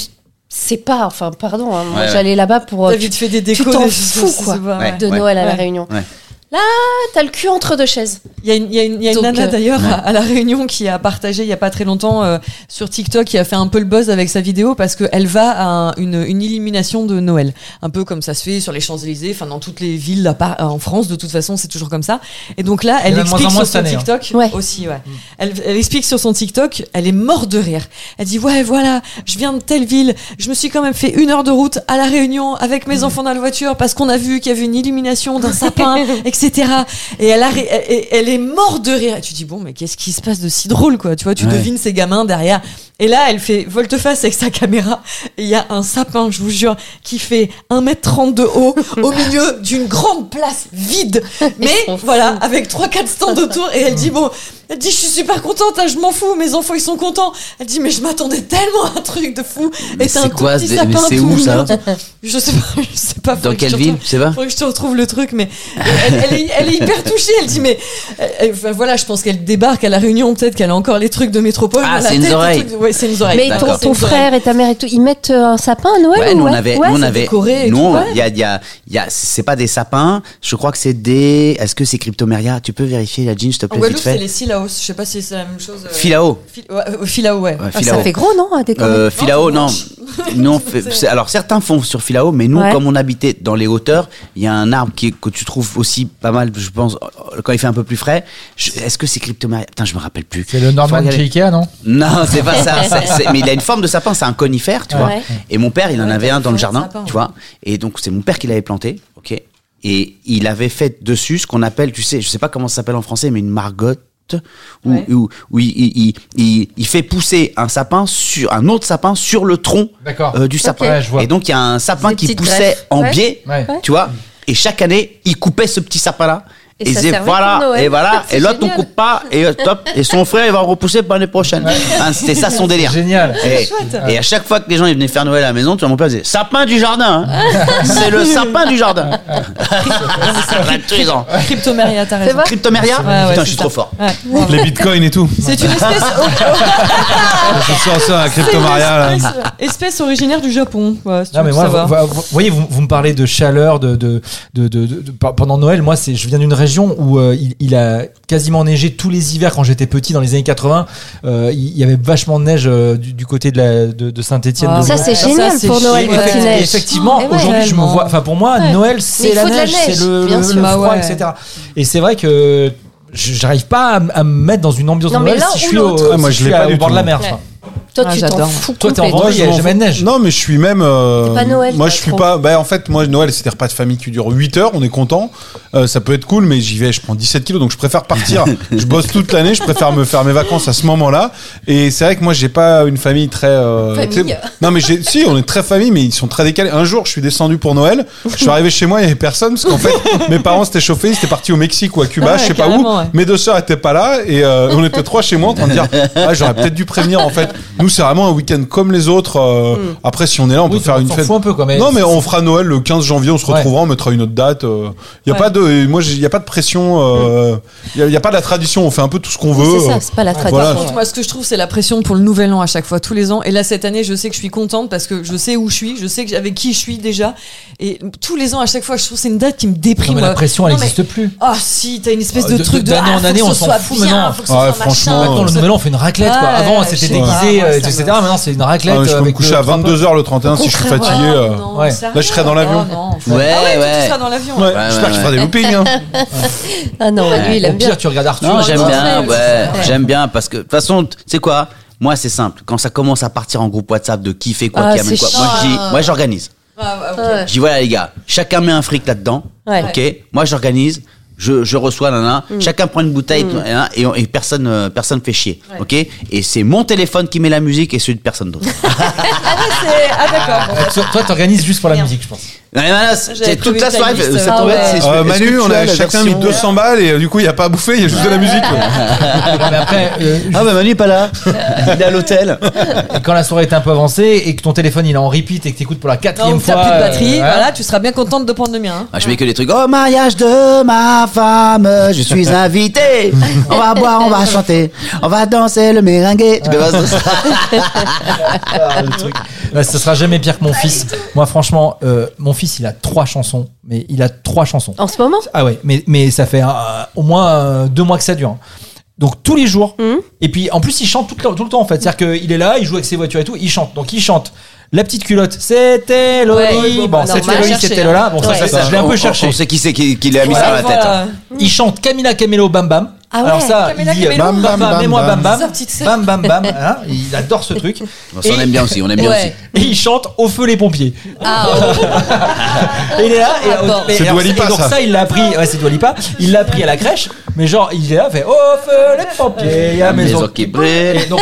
c'est pas, enfin pardon, hein, moi Ouais, ouais. j'allais là-bas pour T'as euh, vite fait des tu décos. t'en des choses, fous, je quoi. sais pas, Ouais. ouais. de Noël à la Ouais. Réunion. Ouais. Là, t'as le cul entre deux chaises. Il y a une, il y a une, il y a une Donc, nana euh, d'ailleurs à- à la Réunion qui a partagé il y a pas très longtemps euh, sur TikTok qui a fait un peu le buzz avec sa vidéo parce qu'elle va à un- une, une illumination de Noël, un peu comme ça se fait sur les Champs Élysées, enfin dans toutes les villes à part- en France de toute façon c'est toujours comme ça. Et donc là Il y en elle a de moins explique en moins sur son cette année, hein. TikTok Ouais. aussi, ouais. Elle, elle explique sur son TikTok, elle est morte de rire. Elle dit ouais voilà, je viens de telle ville, je me suis quand même fait une heure de route à la Réunion avec mes enfants dans la voiture parce qu'on a vu qu'il y avait une illumination <laughs> d'un sapin, etc. Et elle, arri- et- et- elle est morte de rire. Et tu dis bon mais qu'est-ce qui se passe de si drôle quoi Tu vois, tu Ouais. devines ces gamins derrière. Et là elle fait volte-face avec sa caméra. Et Il y a un sapin, je vous jure, qui fait 1m30 de haut <laughs> au milieu d'une grande place vide. Mais s'en fout. voilà, avec trois quatre stands autour et elle dit bon elle dit je suis super contente hein, je m'en fous mes enfants ils sont contents elle dit mais je m'attendais tellement à un truc de fou Mais et t'as c'est un tout quoi, petit ce dé- sapin mais c'est tout où, ça mignon. je sais pas <laughs> je sais pas faudrait Dans que je quelle te ville, retrouve- tu sais pas faudrait que je te retrouve le truc mais elle, elle est, elle est hyper touchée elle dit mais elle- elle- enfin, voilà je pense qu'elle débarque à la réunion peut-être qu'elle a encore les trucs de métropole Ah, dans la c'est une tête, les oreille. trucs de- ouais c'est une oreille mais ton, d'accord. ton frère et ta mère et tout, ils mettent euh, un sapin à Noël Ouais, nous ou on ouais avait, Ouais, nous, on c'est- avait, décoré et nous tout, on- ouais. il y a, il y a, il y a, c'est pas des sapins. Je crois que c'est des. Est-ce que c'est Cryptomeria Tu peux vérifier la jean, s'il te en plaît, vite Guadeloupe c'est fait. les Silaos je sais pas si c'est la même chose euh, Filao. Fil- ouais, euh, Filao ouais, Ouais, Ah, Filao. ça fait gros, non, à décorer Euh, Filao, <laughs> non. Non, Nous, on fait- c'est- alors certains font sur Filao, mais nous, Ouais. comme on habitait dans les hauteurs, il y a un arbre qui, est- que tu trouves aussi pas mal, je pense, euh, quand il fait un peu plus frais. Je- Est-ce que c'est Cryptomeria Putain, je me rappelle plus. C'est le Faut Norman regarder. chez Ikea, non Non, c'est pas ça. c'est- c'est- mais il a une forme de sapin, c'est un conifère, tu vois. Ouais. Et mon père, il en Ouais, avait t'as un une dans le forêt de jardin, sapins, tu ouais. vois. Et donc c'est mon père qui l'avait planté, ok. Et il avait fait dessus ce qu'on appelle, tu sais, je sais pas comment ça s'appelle en français, mais une margotte. Où, Ouais. où- où il, il- il- il- il fait pousser un sapin sur un autre sapin sur le tronc D'accord. euh, du sapin. Ouais, je vois. Et donc il y a un sapin Des qui petites poussait greffes. en Ouais. biais, Ouais. Ouais. tu vois. Et chaque année, il coupait ce petit sapin-là. Et il ça disait, servait pour voilà, Noël. et voilà, <laughs> C'est et l'autre on génial. coupe pas, et euh, top, et son frère il va en repousser pour l'année prochaine. Hein, C'était ça son délire. Génial. Et, Chouette. et à chaque fois que les gens ils venaient faire Noël à la maison, tu vois, mon père disait sapin du jardin. hein. C'est le sapin du jardin. Ça va tous les ans. Cryptomeria t'as raison vrai Cryptomeria Ouais, ouais, Putain, c'est je suis ça. trop fort. Ouais. Les bitcoins et tout. c'est une <laughs> espèce Je sens ça à Crypto Maria. là. espèce originaire du Japon. Ouais, si tu Non mais veux moi, savoir. vous, vous- vous voyez, vous, vous me parlez de chaleur, de, de, de, de- de- de- pendant Noël. Moi, c'est, je viens d'une région où euh, il, il a quasiment neigé tous les hivers quand j'étais petit dans les années 80. Euh, il il y avait vachement de neige euh, du, du côté de, la- de, saint étienne Ah, Ça, c'est génial pour Noël génial. quand il Ouais. neige. Effectivement, Oh, et ouais. aujourd'hui, je me vois. Enfin, pour moi, Ouais. Noël, c'est il la faut de la neige, c'est neige, le, bien le sûr. froid, Bah ouais. etc. Et c'est vrai que je- j'arrive pas à, m- à me mettre dans une ambiance Non, de mais Noël là si je ou suis au, l'autre. Ah, moi, si je je l'ai suis pas au du bord de tout. la mer. Ouais. enfin. Toi, Ah, tu t'en j'adore. fous Toi, t'es en complètement. Vendée, il y a m'en jamais fous. de neige. Non, mais je suis même. euh, C'est pas Noël, Moi, toi, je suis trop. pas. Bah, en fait, moi, Noël, c'est des repas de famille qui durent 8 heures. On est content. Euh, ça peut être cool, mais j'y vais. Je prends 17 kilos, donc je préfère <laughs> partir. je bosse toute l'année. Je préfère me faire mes vacances à ce moment-là. Et c'est vrai que moi, j'ai pas une famille très. euh, Famille. tu sais, Non, mais j'ai- si, on est très famille, mais ils sont très décalés. Un jour, je suis descendu pour Noël. Je suis arrivé chez moi, il y avait personne parce <laughs> qu'en fait, mes parents s'étaient chauffés. Ils étaient partis au Mexique ou à Cuba, Ah ouais, je sais pas où. carrément, ouais. Mes deux sœurs étaient pas là et euh, on était trois chez moi en train de <laughs> dire ah j'aurais peut-être dû prévenir en fait. Nous c'est vraiment un week-end comme les autres. euh, Mm. Après si on est là on Oui, peut faire on une s'en fête. fout un peu, quoi, mais non mais c'est- on fera Noël le 15 janvier, on se Ouais. retrouvera, on mettra une autre date. Il y a Ouais. pas de et moi il y a pas de pression. Il y, a pas de la tradition. On fait un peu tout ce qu'on veut. C'est ça, c'est pas la Voilà. tradition. Par contre, moi, ce que je trouve, c'est la pression pour le nouvel an à chaque fois, tous les ans. Et là, cette année, je sais que je suis contente parce que je sais où je suis, je sais que- avec qui je suis déjà. Et tous les ans, à chaque fois, je trouve que c'est une date qui me déprime. Non, mais la pression, elle Non, mais- n'existe plus. Ah si, t'as une espèce Euh, de, de- truc de- de. d'année ah, en faut que année, ce on s'en soit fout, bien, maintenant. faut que ce Ouais, soit franchement, machin. Maintenant, Bah, le faut que nouvel an, on fait une raclette, quoi. Ah, Ouais, Avant, je c'était sais déguisé, pas, moi, euh, ça etc. me- Maintenant, c'est une Ah, raclette. euh, mais je peux me avec coucher le- à 22h le 31 si je suis Contraire, fatigué. ce- euh. Non, Ouais. sérieux. Là, je serais dans l'avion. Oh, non, faut- Ouais, Ah ouais, toi, ouais. tu seras dans l'avion. Ah, Ouais, ouais. j'espère ouais, qu'il fera des ouais. loopings. hein. Ah non, ouais, lui, il Au aime bien. pire, tu regardes Arthur. Non, tu j'aime vois. bien, Ouais, ouais, ouais. j'aime bien parce que de toute façon, tu sais quoi Moi, c'est simple. Quand ça commence à partir en groupe WhatsApp de qui fait quoi, Ah, qui amène c'est quoi, moi, je dis, chiant. moi, j'organise. Ah, ouais, ok. Ouais. Je dis voilà les gars, chacun met un fric là-dedans. Ouais. Ok, moi j'organise. Je, je reçois nanana, Mm. chacun prend une bouteille nanana, et, on- et personne euh, personne fait chier, ok Et c'est mon téléphone qui met la musique et celui de personne <laughs> d'autre. C'est- Ah d'accord. Ah, Toi, toi, t'organises juste pour la musique, je pense. Non, mais voilà, c'est J'avais c'est toute prévu la ta soirée. liste, euh, ça tombe, ouais. Ah ouais. c'est- Euh, est-ce que Manu, tu on as a la chacun mis version- 200 balles et euh, du coup il y a pas à bouffer, il y a juste de la musique. quoi. <laughs> Mais après, euh, Ah bah Manu est pas <laughs> là, il est à l'hôtel. Et quand la soirée est un peu avancée et que ton téléphone il est en repeat et que t'écoutes pour la quatrième Donc fois. t'as plus de euh, batterie, ouais. voilà, tu seras bien contente de prendre le mien. hein. Ah, je mets que des trucs. Oh, mariage de ma femme, je suis <laughs> invité. On va boire, on va chanter, on va danser le méringue. Tu peux pas ça Ah, le truc. Ouais, ce sera jamais pire que mon fils. Moi, franchement, euh, mon fils il a trois chansons, mais il a trois chansons. En ce moment Ah ouais, mais, mais ça fait euh, au moins euh, deux mois que ça dure. Donc tous les jours. Mmh. Et puis en plus, il chante tout le, temps- tout le temps en fait. C'est-à-dire qu'il est là, il joue avec ses voitures et tout, il chante. Donc il chante. La petite culotte, Ouais, c'était Loli. bon, bon, bah, c'était normal, Loli, chercher, c'était hein. Lola. Bon, ça, Ouais. ça, ça, je l'ai un On- peu on- cherché. On sait qui c'est qui, qui l'a mis Ouais, sur la tête. hein. voilà. Il chante Camila Camelo Bam Bam. Ah ouais, Alors ça, Mmh. Camila il dit Camelo. Bam Bam Bam, mets-moi Bam Bam. Sa petite sœur. Bam Bam Bam. hein, il adore ce truc. On s'en aime bien aussi, on aime bien aussi. Ouais. Ah, Et il chante Au feu les pompiers. Et il est là. Et, Rapport. et- C'est alors, Dua Lipa, et donc ça. ça, il l'a appris. Ouais, c'est Dua Lipa. Il l'a appris à la crèche. Mais genre, il est là, fait Au feu les pompiers, Ah, y a Maison maison. qui brille. Et donc,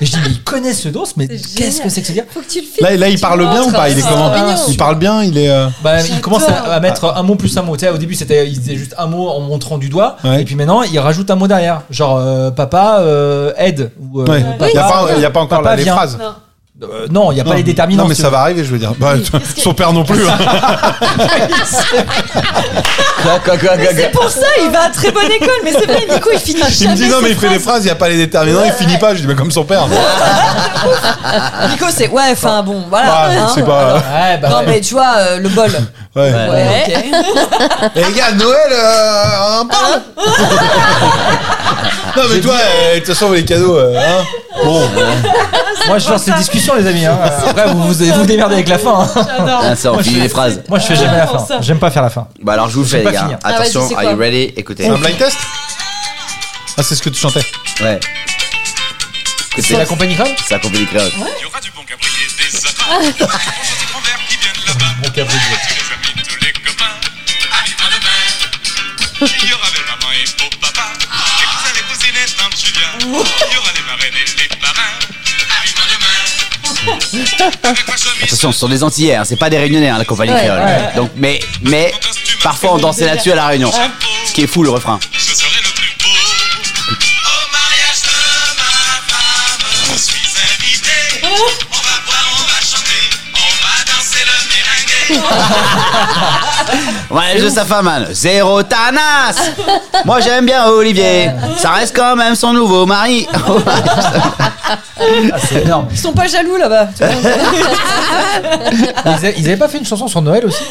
et je dis, mais il connaît ce dos, mais qu'est-ce que c'est que ce dire Faut que tu le Là, là, il parle bien ou pas Il est c'est comment trop mignon. Il parle bien, il est. euh, Bah, il commence à, à mettre un mot plus un mot. Tu sais, au début, c'était, il disait juste un mot en montrant du doigt. Ouais. Et puis maintenant, il rajoute un mot derrière. Genre, euh, papa, euh, aide. Ou, euh, ouais. papa, Il n'y a, pas- il y a pas encore Papa là, les vient. phrases. Euh, non, il n'y a pas Non, les déterminants. Non, mais si ça tu va arriver, je veux dire. Bah, <laughs> son père non plus. hein. Quoi, quoi, quoi, quoi, C'est quoi. pour ça, il va à très bonne école, mais c'est vrai, Nico, il finit Il jamais me dit non, mais ses il fait les phrases. phrases, il n'y a pas les déterminants, il finit pas. Je dis, mais comme son père. Nico, c'est ouais, enfin bon, voilà. Ah, hein. c'est pas. veux. Ouais, bah, Non, ouais. mais tu vois, euh, <laughs> le bol. Ouais. Ouais, ok. Eh, les gars, Noël, euh, on en parle Non, mais toi, euh, de toute façon, les cadeaux. euh, hein bon, Moi, je lance les discussions, les amis. <laughs> hein. Après, vous, vous vous démerdez avec la fin. hein. Ah, ça, on finit les phrases. Moi, je fais jamais la fin. ça. J'aime pas faire la fin. Bah alors je vous le Je vais fais pas les gars. finir. Ah, Attention, vas-y, c'est are you quoi ready Écoutez. c'est un blind test Ah, c'est ce que tu chantais. Ouais. C'est Écoutez, la compagnie Crème c'est la compagnie créole. Il y aura du bon Gabriel, des attrapes. Bonjour, c'est grand-mère qui vient de là-bas. Bon, Gabriel. Tous les amis, tous les copains. Allez, à demain. Il y aura belle maman et beau papa. Les cousins, les cousinettes, tante Julia. Il y aura les marraines et les parrains. Allez, à demain. Avec ma chemise, Attention, ce sont des Antillais, hein, c'est pas des Réunionnais hein, la compagnie créole. Donc, mais, mais parfois on dansait là-dessus à la Réunion. Ce qui est fou le refrain. je serai le plus beau. Au mariage de ma femme, je suis invité. On va boire, on va chanter, on va danser le merengue. Ouais, je sa femme, man. Zéro tanas. Moi j'aime bien Olivier. Ça reste quand même son nouveau mari. C'est énorme. Eh, Ils sont pas jaloux là-bas. Ils avaient, ils avaient pas fait une chanson sur Noël aussi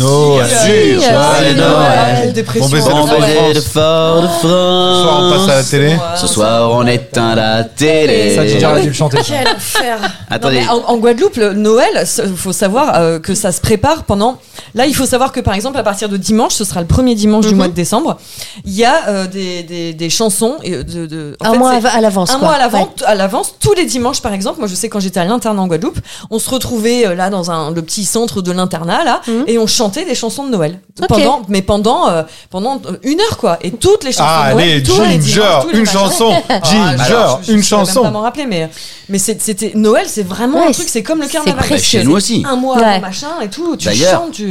euh, Noël. sûr. Joyeux Joyeux Noël. Dépression. Bon ben, baiser <laughs> Bon de baiser de fort de Ce soir, on passe à la France. télé. Ce soir, on éteint la télé. Ça, Ginger a dû <laughs> le chanter. ça. Ah, Quel enfer. Non, Attendez. mais en, en Guadeloupe, le Noël, il faut savoir euh, que ça se prépare pendant. Là, il faut savoir que par exemple, à partir de dimanche, ce sera le premier dimanche Mhm. du mois de décembre, il y a euh, des, des, des chansons. Et euh, de, de- en Un fait, mois c'est- av- à l'avance. Un quoi. mois à l'avant- Ouais. à l'avance, tous les dimanches par exemple. Moi, je sais quand j'étais à l'internat en Guadeloupe, on se retrouvait euh, là dans un, le petit centre de l'internat là, Mhm. et on chantait des chansons de Noël Ok. pendant, mais pendant euh, pendant euh, une heure quoi. Et toutes les chansons Ah, de Noël, allez, tous les Ginger, dimanches, tous les une machins. chanson. Ah, alors, je- Ginger, je une saurais même pas chanson. m'en rappeler, mais mais c'est- c'était Noël, c'est vraiment Ouais, un truc, c'est comme le c'est carnaval. précieux. Chez nous aussi. Un mois Ouais. avant machin et tout, tu D'ailleurs. chantes, tu.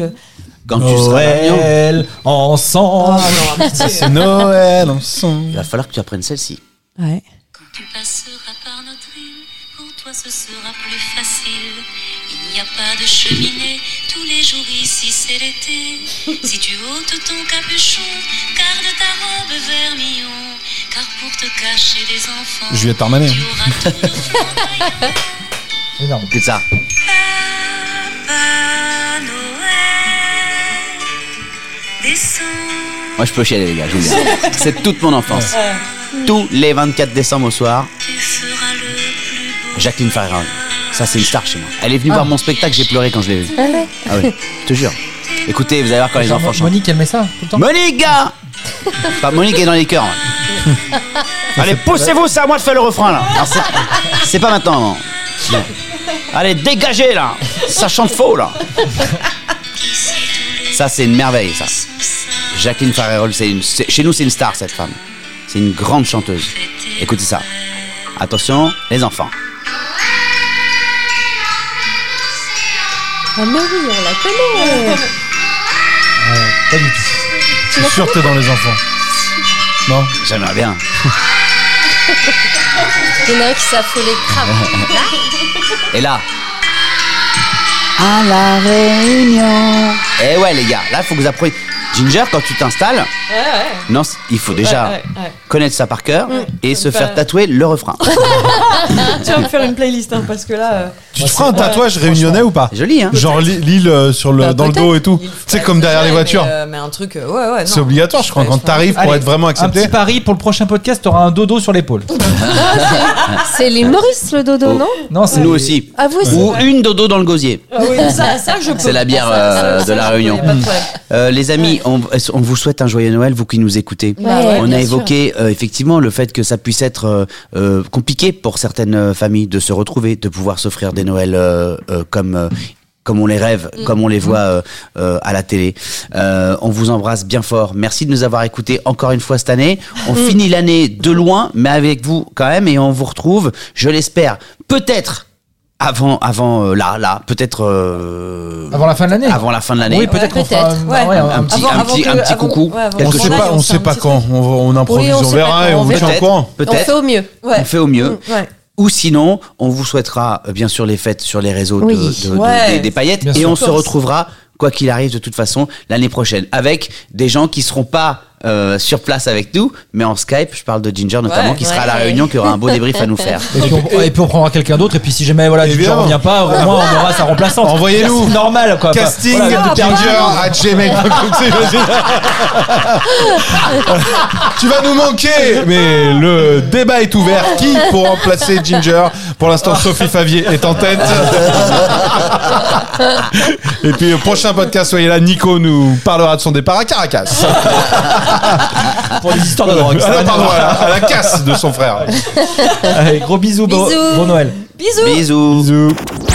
Quand tu seras marion, Noël, Oh ensemble. non, pitié. C'est Noël ensemble. il va falloir que tu apprennes celle-ci. Ouais. Quand tu passeras par notre île, pour toi ce sera plus facile. Il n'y a pas de cheminée, tous les jours ici c'est l'été. Si tu ôtes ton capuchon, garde ta robe vermillon, car pour te cacher des enfants, Juliette Armanet. tu auras tout de fond. Énorme. Que ça. Papa Noël, descends, Moi, je peux chialer, les gars, je vous le dis. C'est toute mon enfance. Tous les 24 décembre au soir, tu feras le plus beau. Jacqueline Ferrand. Ça, c'est une star chez moi. Elle est venue voir mon spectacle, j'ai pleuré quand je l'ai vue. Ah oui, je te jure. Écoutez, vous allez voir quand les Genre, enfants chantent. Monique, elle met ça tout le temps. Monique, gars Pas Monique est dans les cœurs. hein. Allez, poussez-vous, c'est à moi de faire le refrain là. Non, c'est- c'est pas maintenant. non. Non. Allez, dégagez là. Ça chante faux là. Ça, c'est une merveille ça. Jacqueline Farrell, c'est une, c'est- chez nous, c'est une star cette femme. C'est une grande chanteuse. Écoutez ça. Attention, les enfants. Ah, mais oui, on la connaît. Pas du tout. C'est sûr que t'es dans les enfants. Non J'aimerais bien. <laughs> Il y en a un qui s'affolait grave. Et là. À la réunion. Eh ouais, les gars, là, il faut que vous appreniez. Ginger, quand tu t'installes, Ouais, ouais. non, c- il faut déjà Ouais, ouais, ouais. connaître ça par cœur et se Bah. faire tatouer le refrain. <laughs> Ah, Tu vas me faire une playlist hein, parce que là. euh, Tu te feras un tatouage réunionnais ou pas Joli, hein Genre l'île l'île, euh, sur le, Bah, dans le peut-être. dos et tout. il Tu faut sais, pas comme derrière les exagérer, voitures. Mais, euh, mais un truc, euh, ouais, ouais. C'est obligatoire, je crois, Ouais, quand je t'arrives pour Allez, être vraiment Un petit accepté. pari pour le prochain podcast, t'auras un dodo sur l'épaule. C'est les Maurice, le dodo, non Non, c'est Nous aussi. À vous aussi. Oh. Ou une dodo dans le gosier. Ah oui, ça, ça, je peux. C'est la bière, Ah, ça, euh, ça, de ça, la je peux, Réunion. y a pas de problème. Euh, les amis, on, on vous souhaite un joyeux Noël, vous qui nous écoutez. Ouais, on bien a sûr. évoqué euh, effectivement le fait que ça puisse être euh, euh, compliqué pour certaines euh, familles de se retrouver, de pouvoir s'offrir des Noëls euh, euh, comme euh, comme on les rêve, Mm. comme on les voit euh, euh, à la télé. Euh, on vous embrasse bien fort. Merci de nous avoir écoutés encore une fois cette année. Mm. On finit l'année de loin, mais avec vous quand même, et on vous retrouve, je l'espère, peut-être avant, avant euh, là, là, peut-être euh, Avant la fin de l'année. avant la fin de l'année. Oui, peut-être qu'on fera peut-être. un- Ouais. ouais, un- Un petit, un petit, que- un petit avant- coucou. ouais, avant On qu'on sait aille, pas, on se fait sait un pas petit quand. On, va- on improvise, Oui, on on sait pas verra quand, et on on vous tient Peut-être, au courant. On fait peut-être. au mieux. Ouais. Mm, On fait au mieux. Ouais. Ou sinon, on vous souhaitera euh, bien sûr les fêtes sur les réseaux de- Oui. de- de- Ouais. des, des paillettes Bien et sûr. on se retrouvera quoi qu'il arrive de toute façon l'année prochaine avec des gens qui seront pas euh, sur place avec nous, mais en Skype. Je parle de Ginger notamment qui sera à la ouais. réunion, qui aura un beau débrief à <laughs> nous faire. Et puis, on, et puis on prendra quelqu'un d'autre et puis si jamais voilà Ginger Évidemment. revient pas au moins on aura sa remplaçante Envoyez-nous. C'est normal quoi Casting Ah bah, Voilà, de Ginger à gmail.com. C'est facile. tu vas nous manquer, mais le débat est ouvert. Qui pour remplacer Ginger Pour l'instant, Sophie Favier est en tête. Et puis, au prochain podcast, soyez là. Nico nous parlera de son départ à Caracas. pour les histoires de Ah drogue ça non, va <laughs> pardon, nous- à la, à la casse de son frère. Allez, gros bisous, bon- Bisous. bon Noël Bisous. Bisous. Bisous.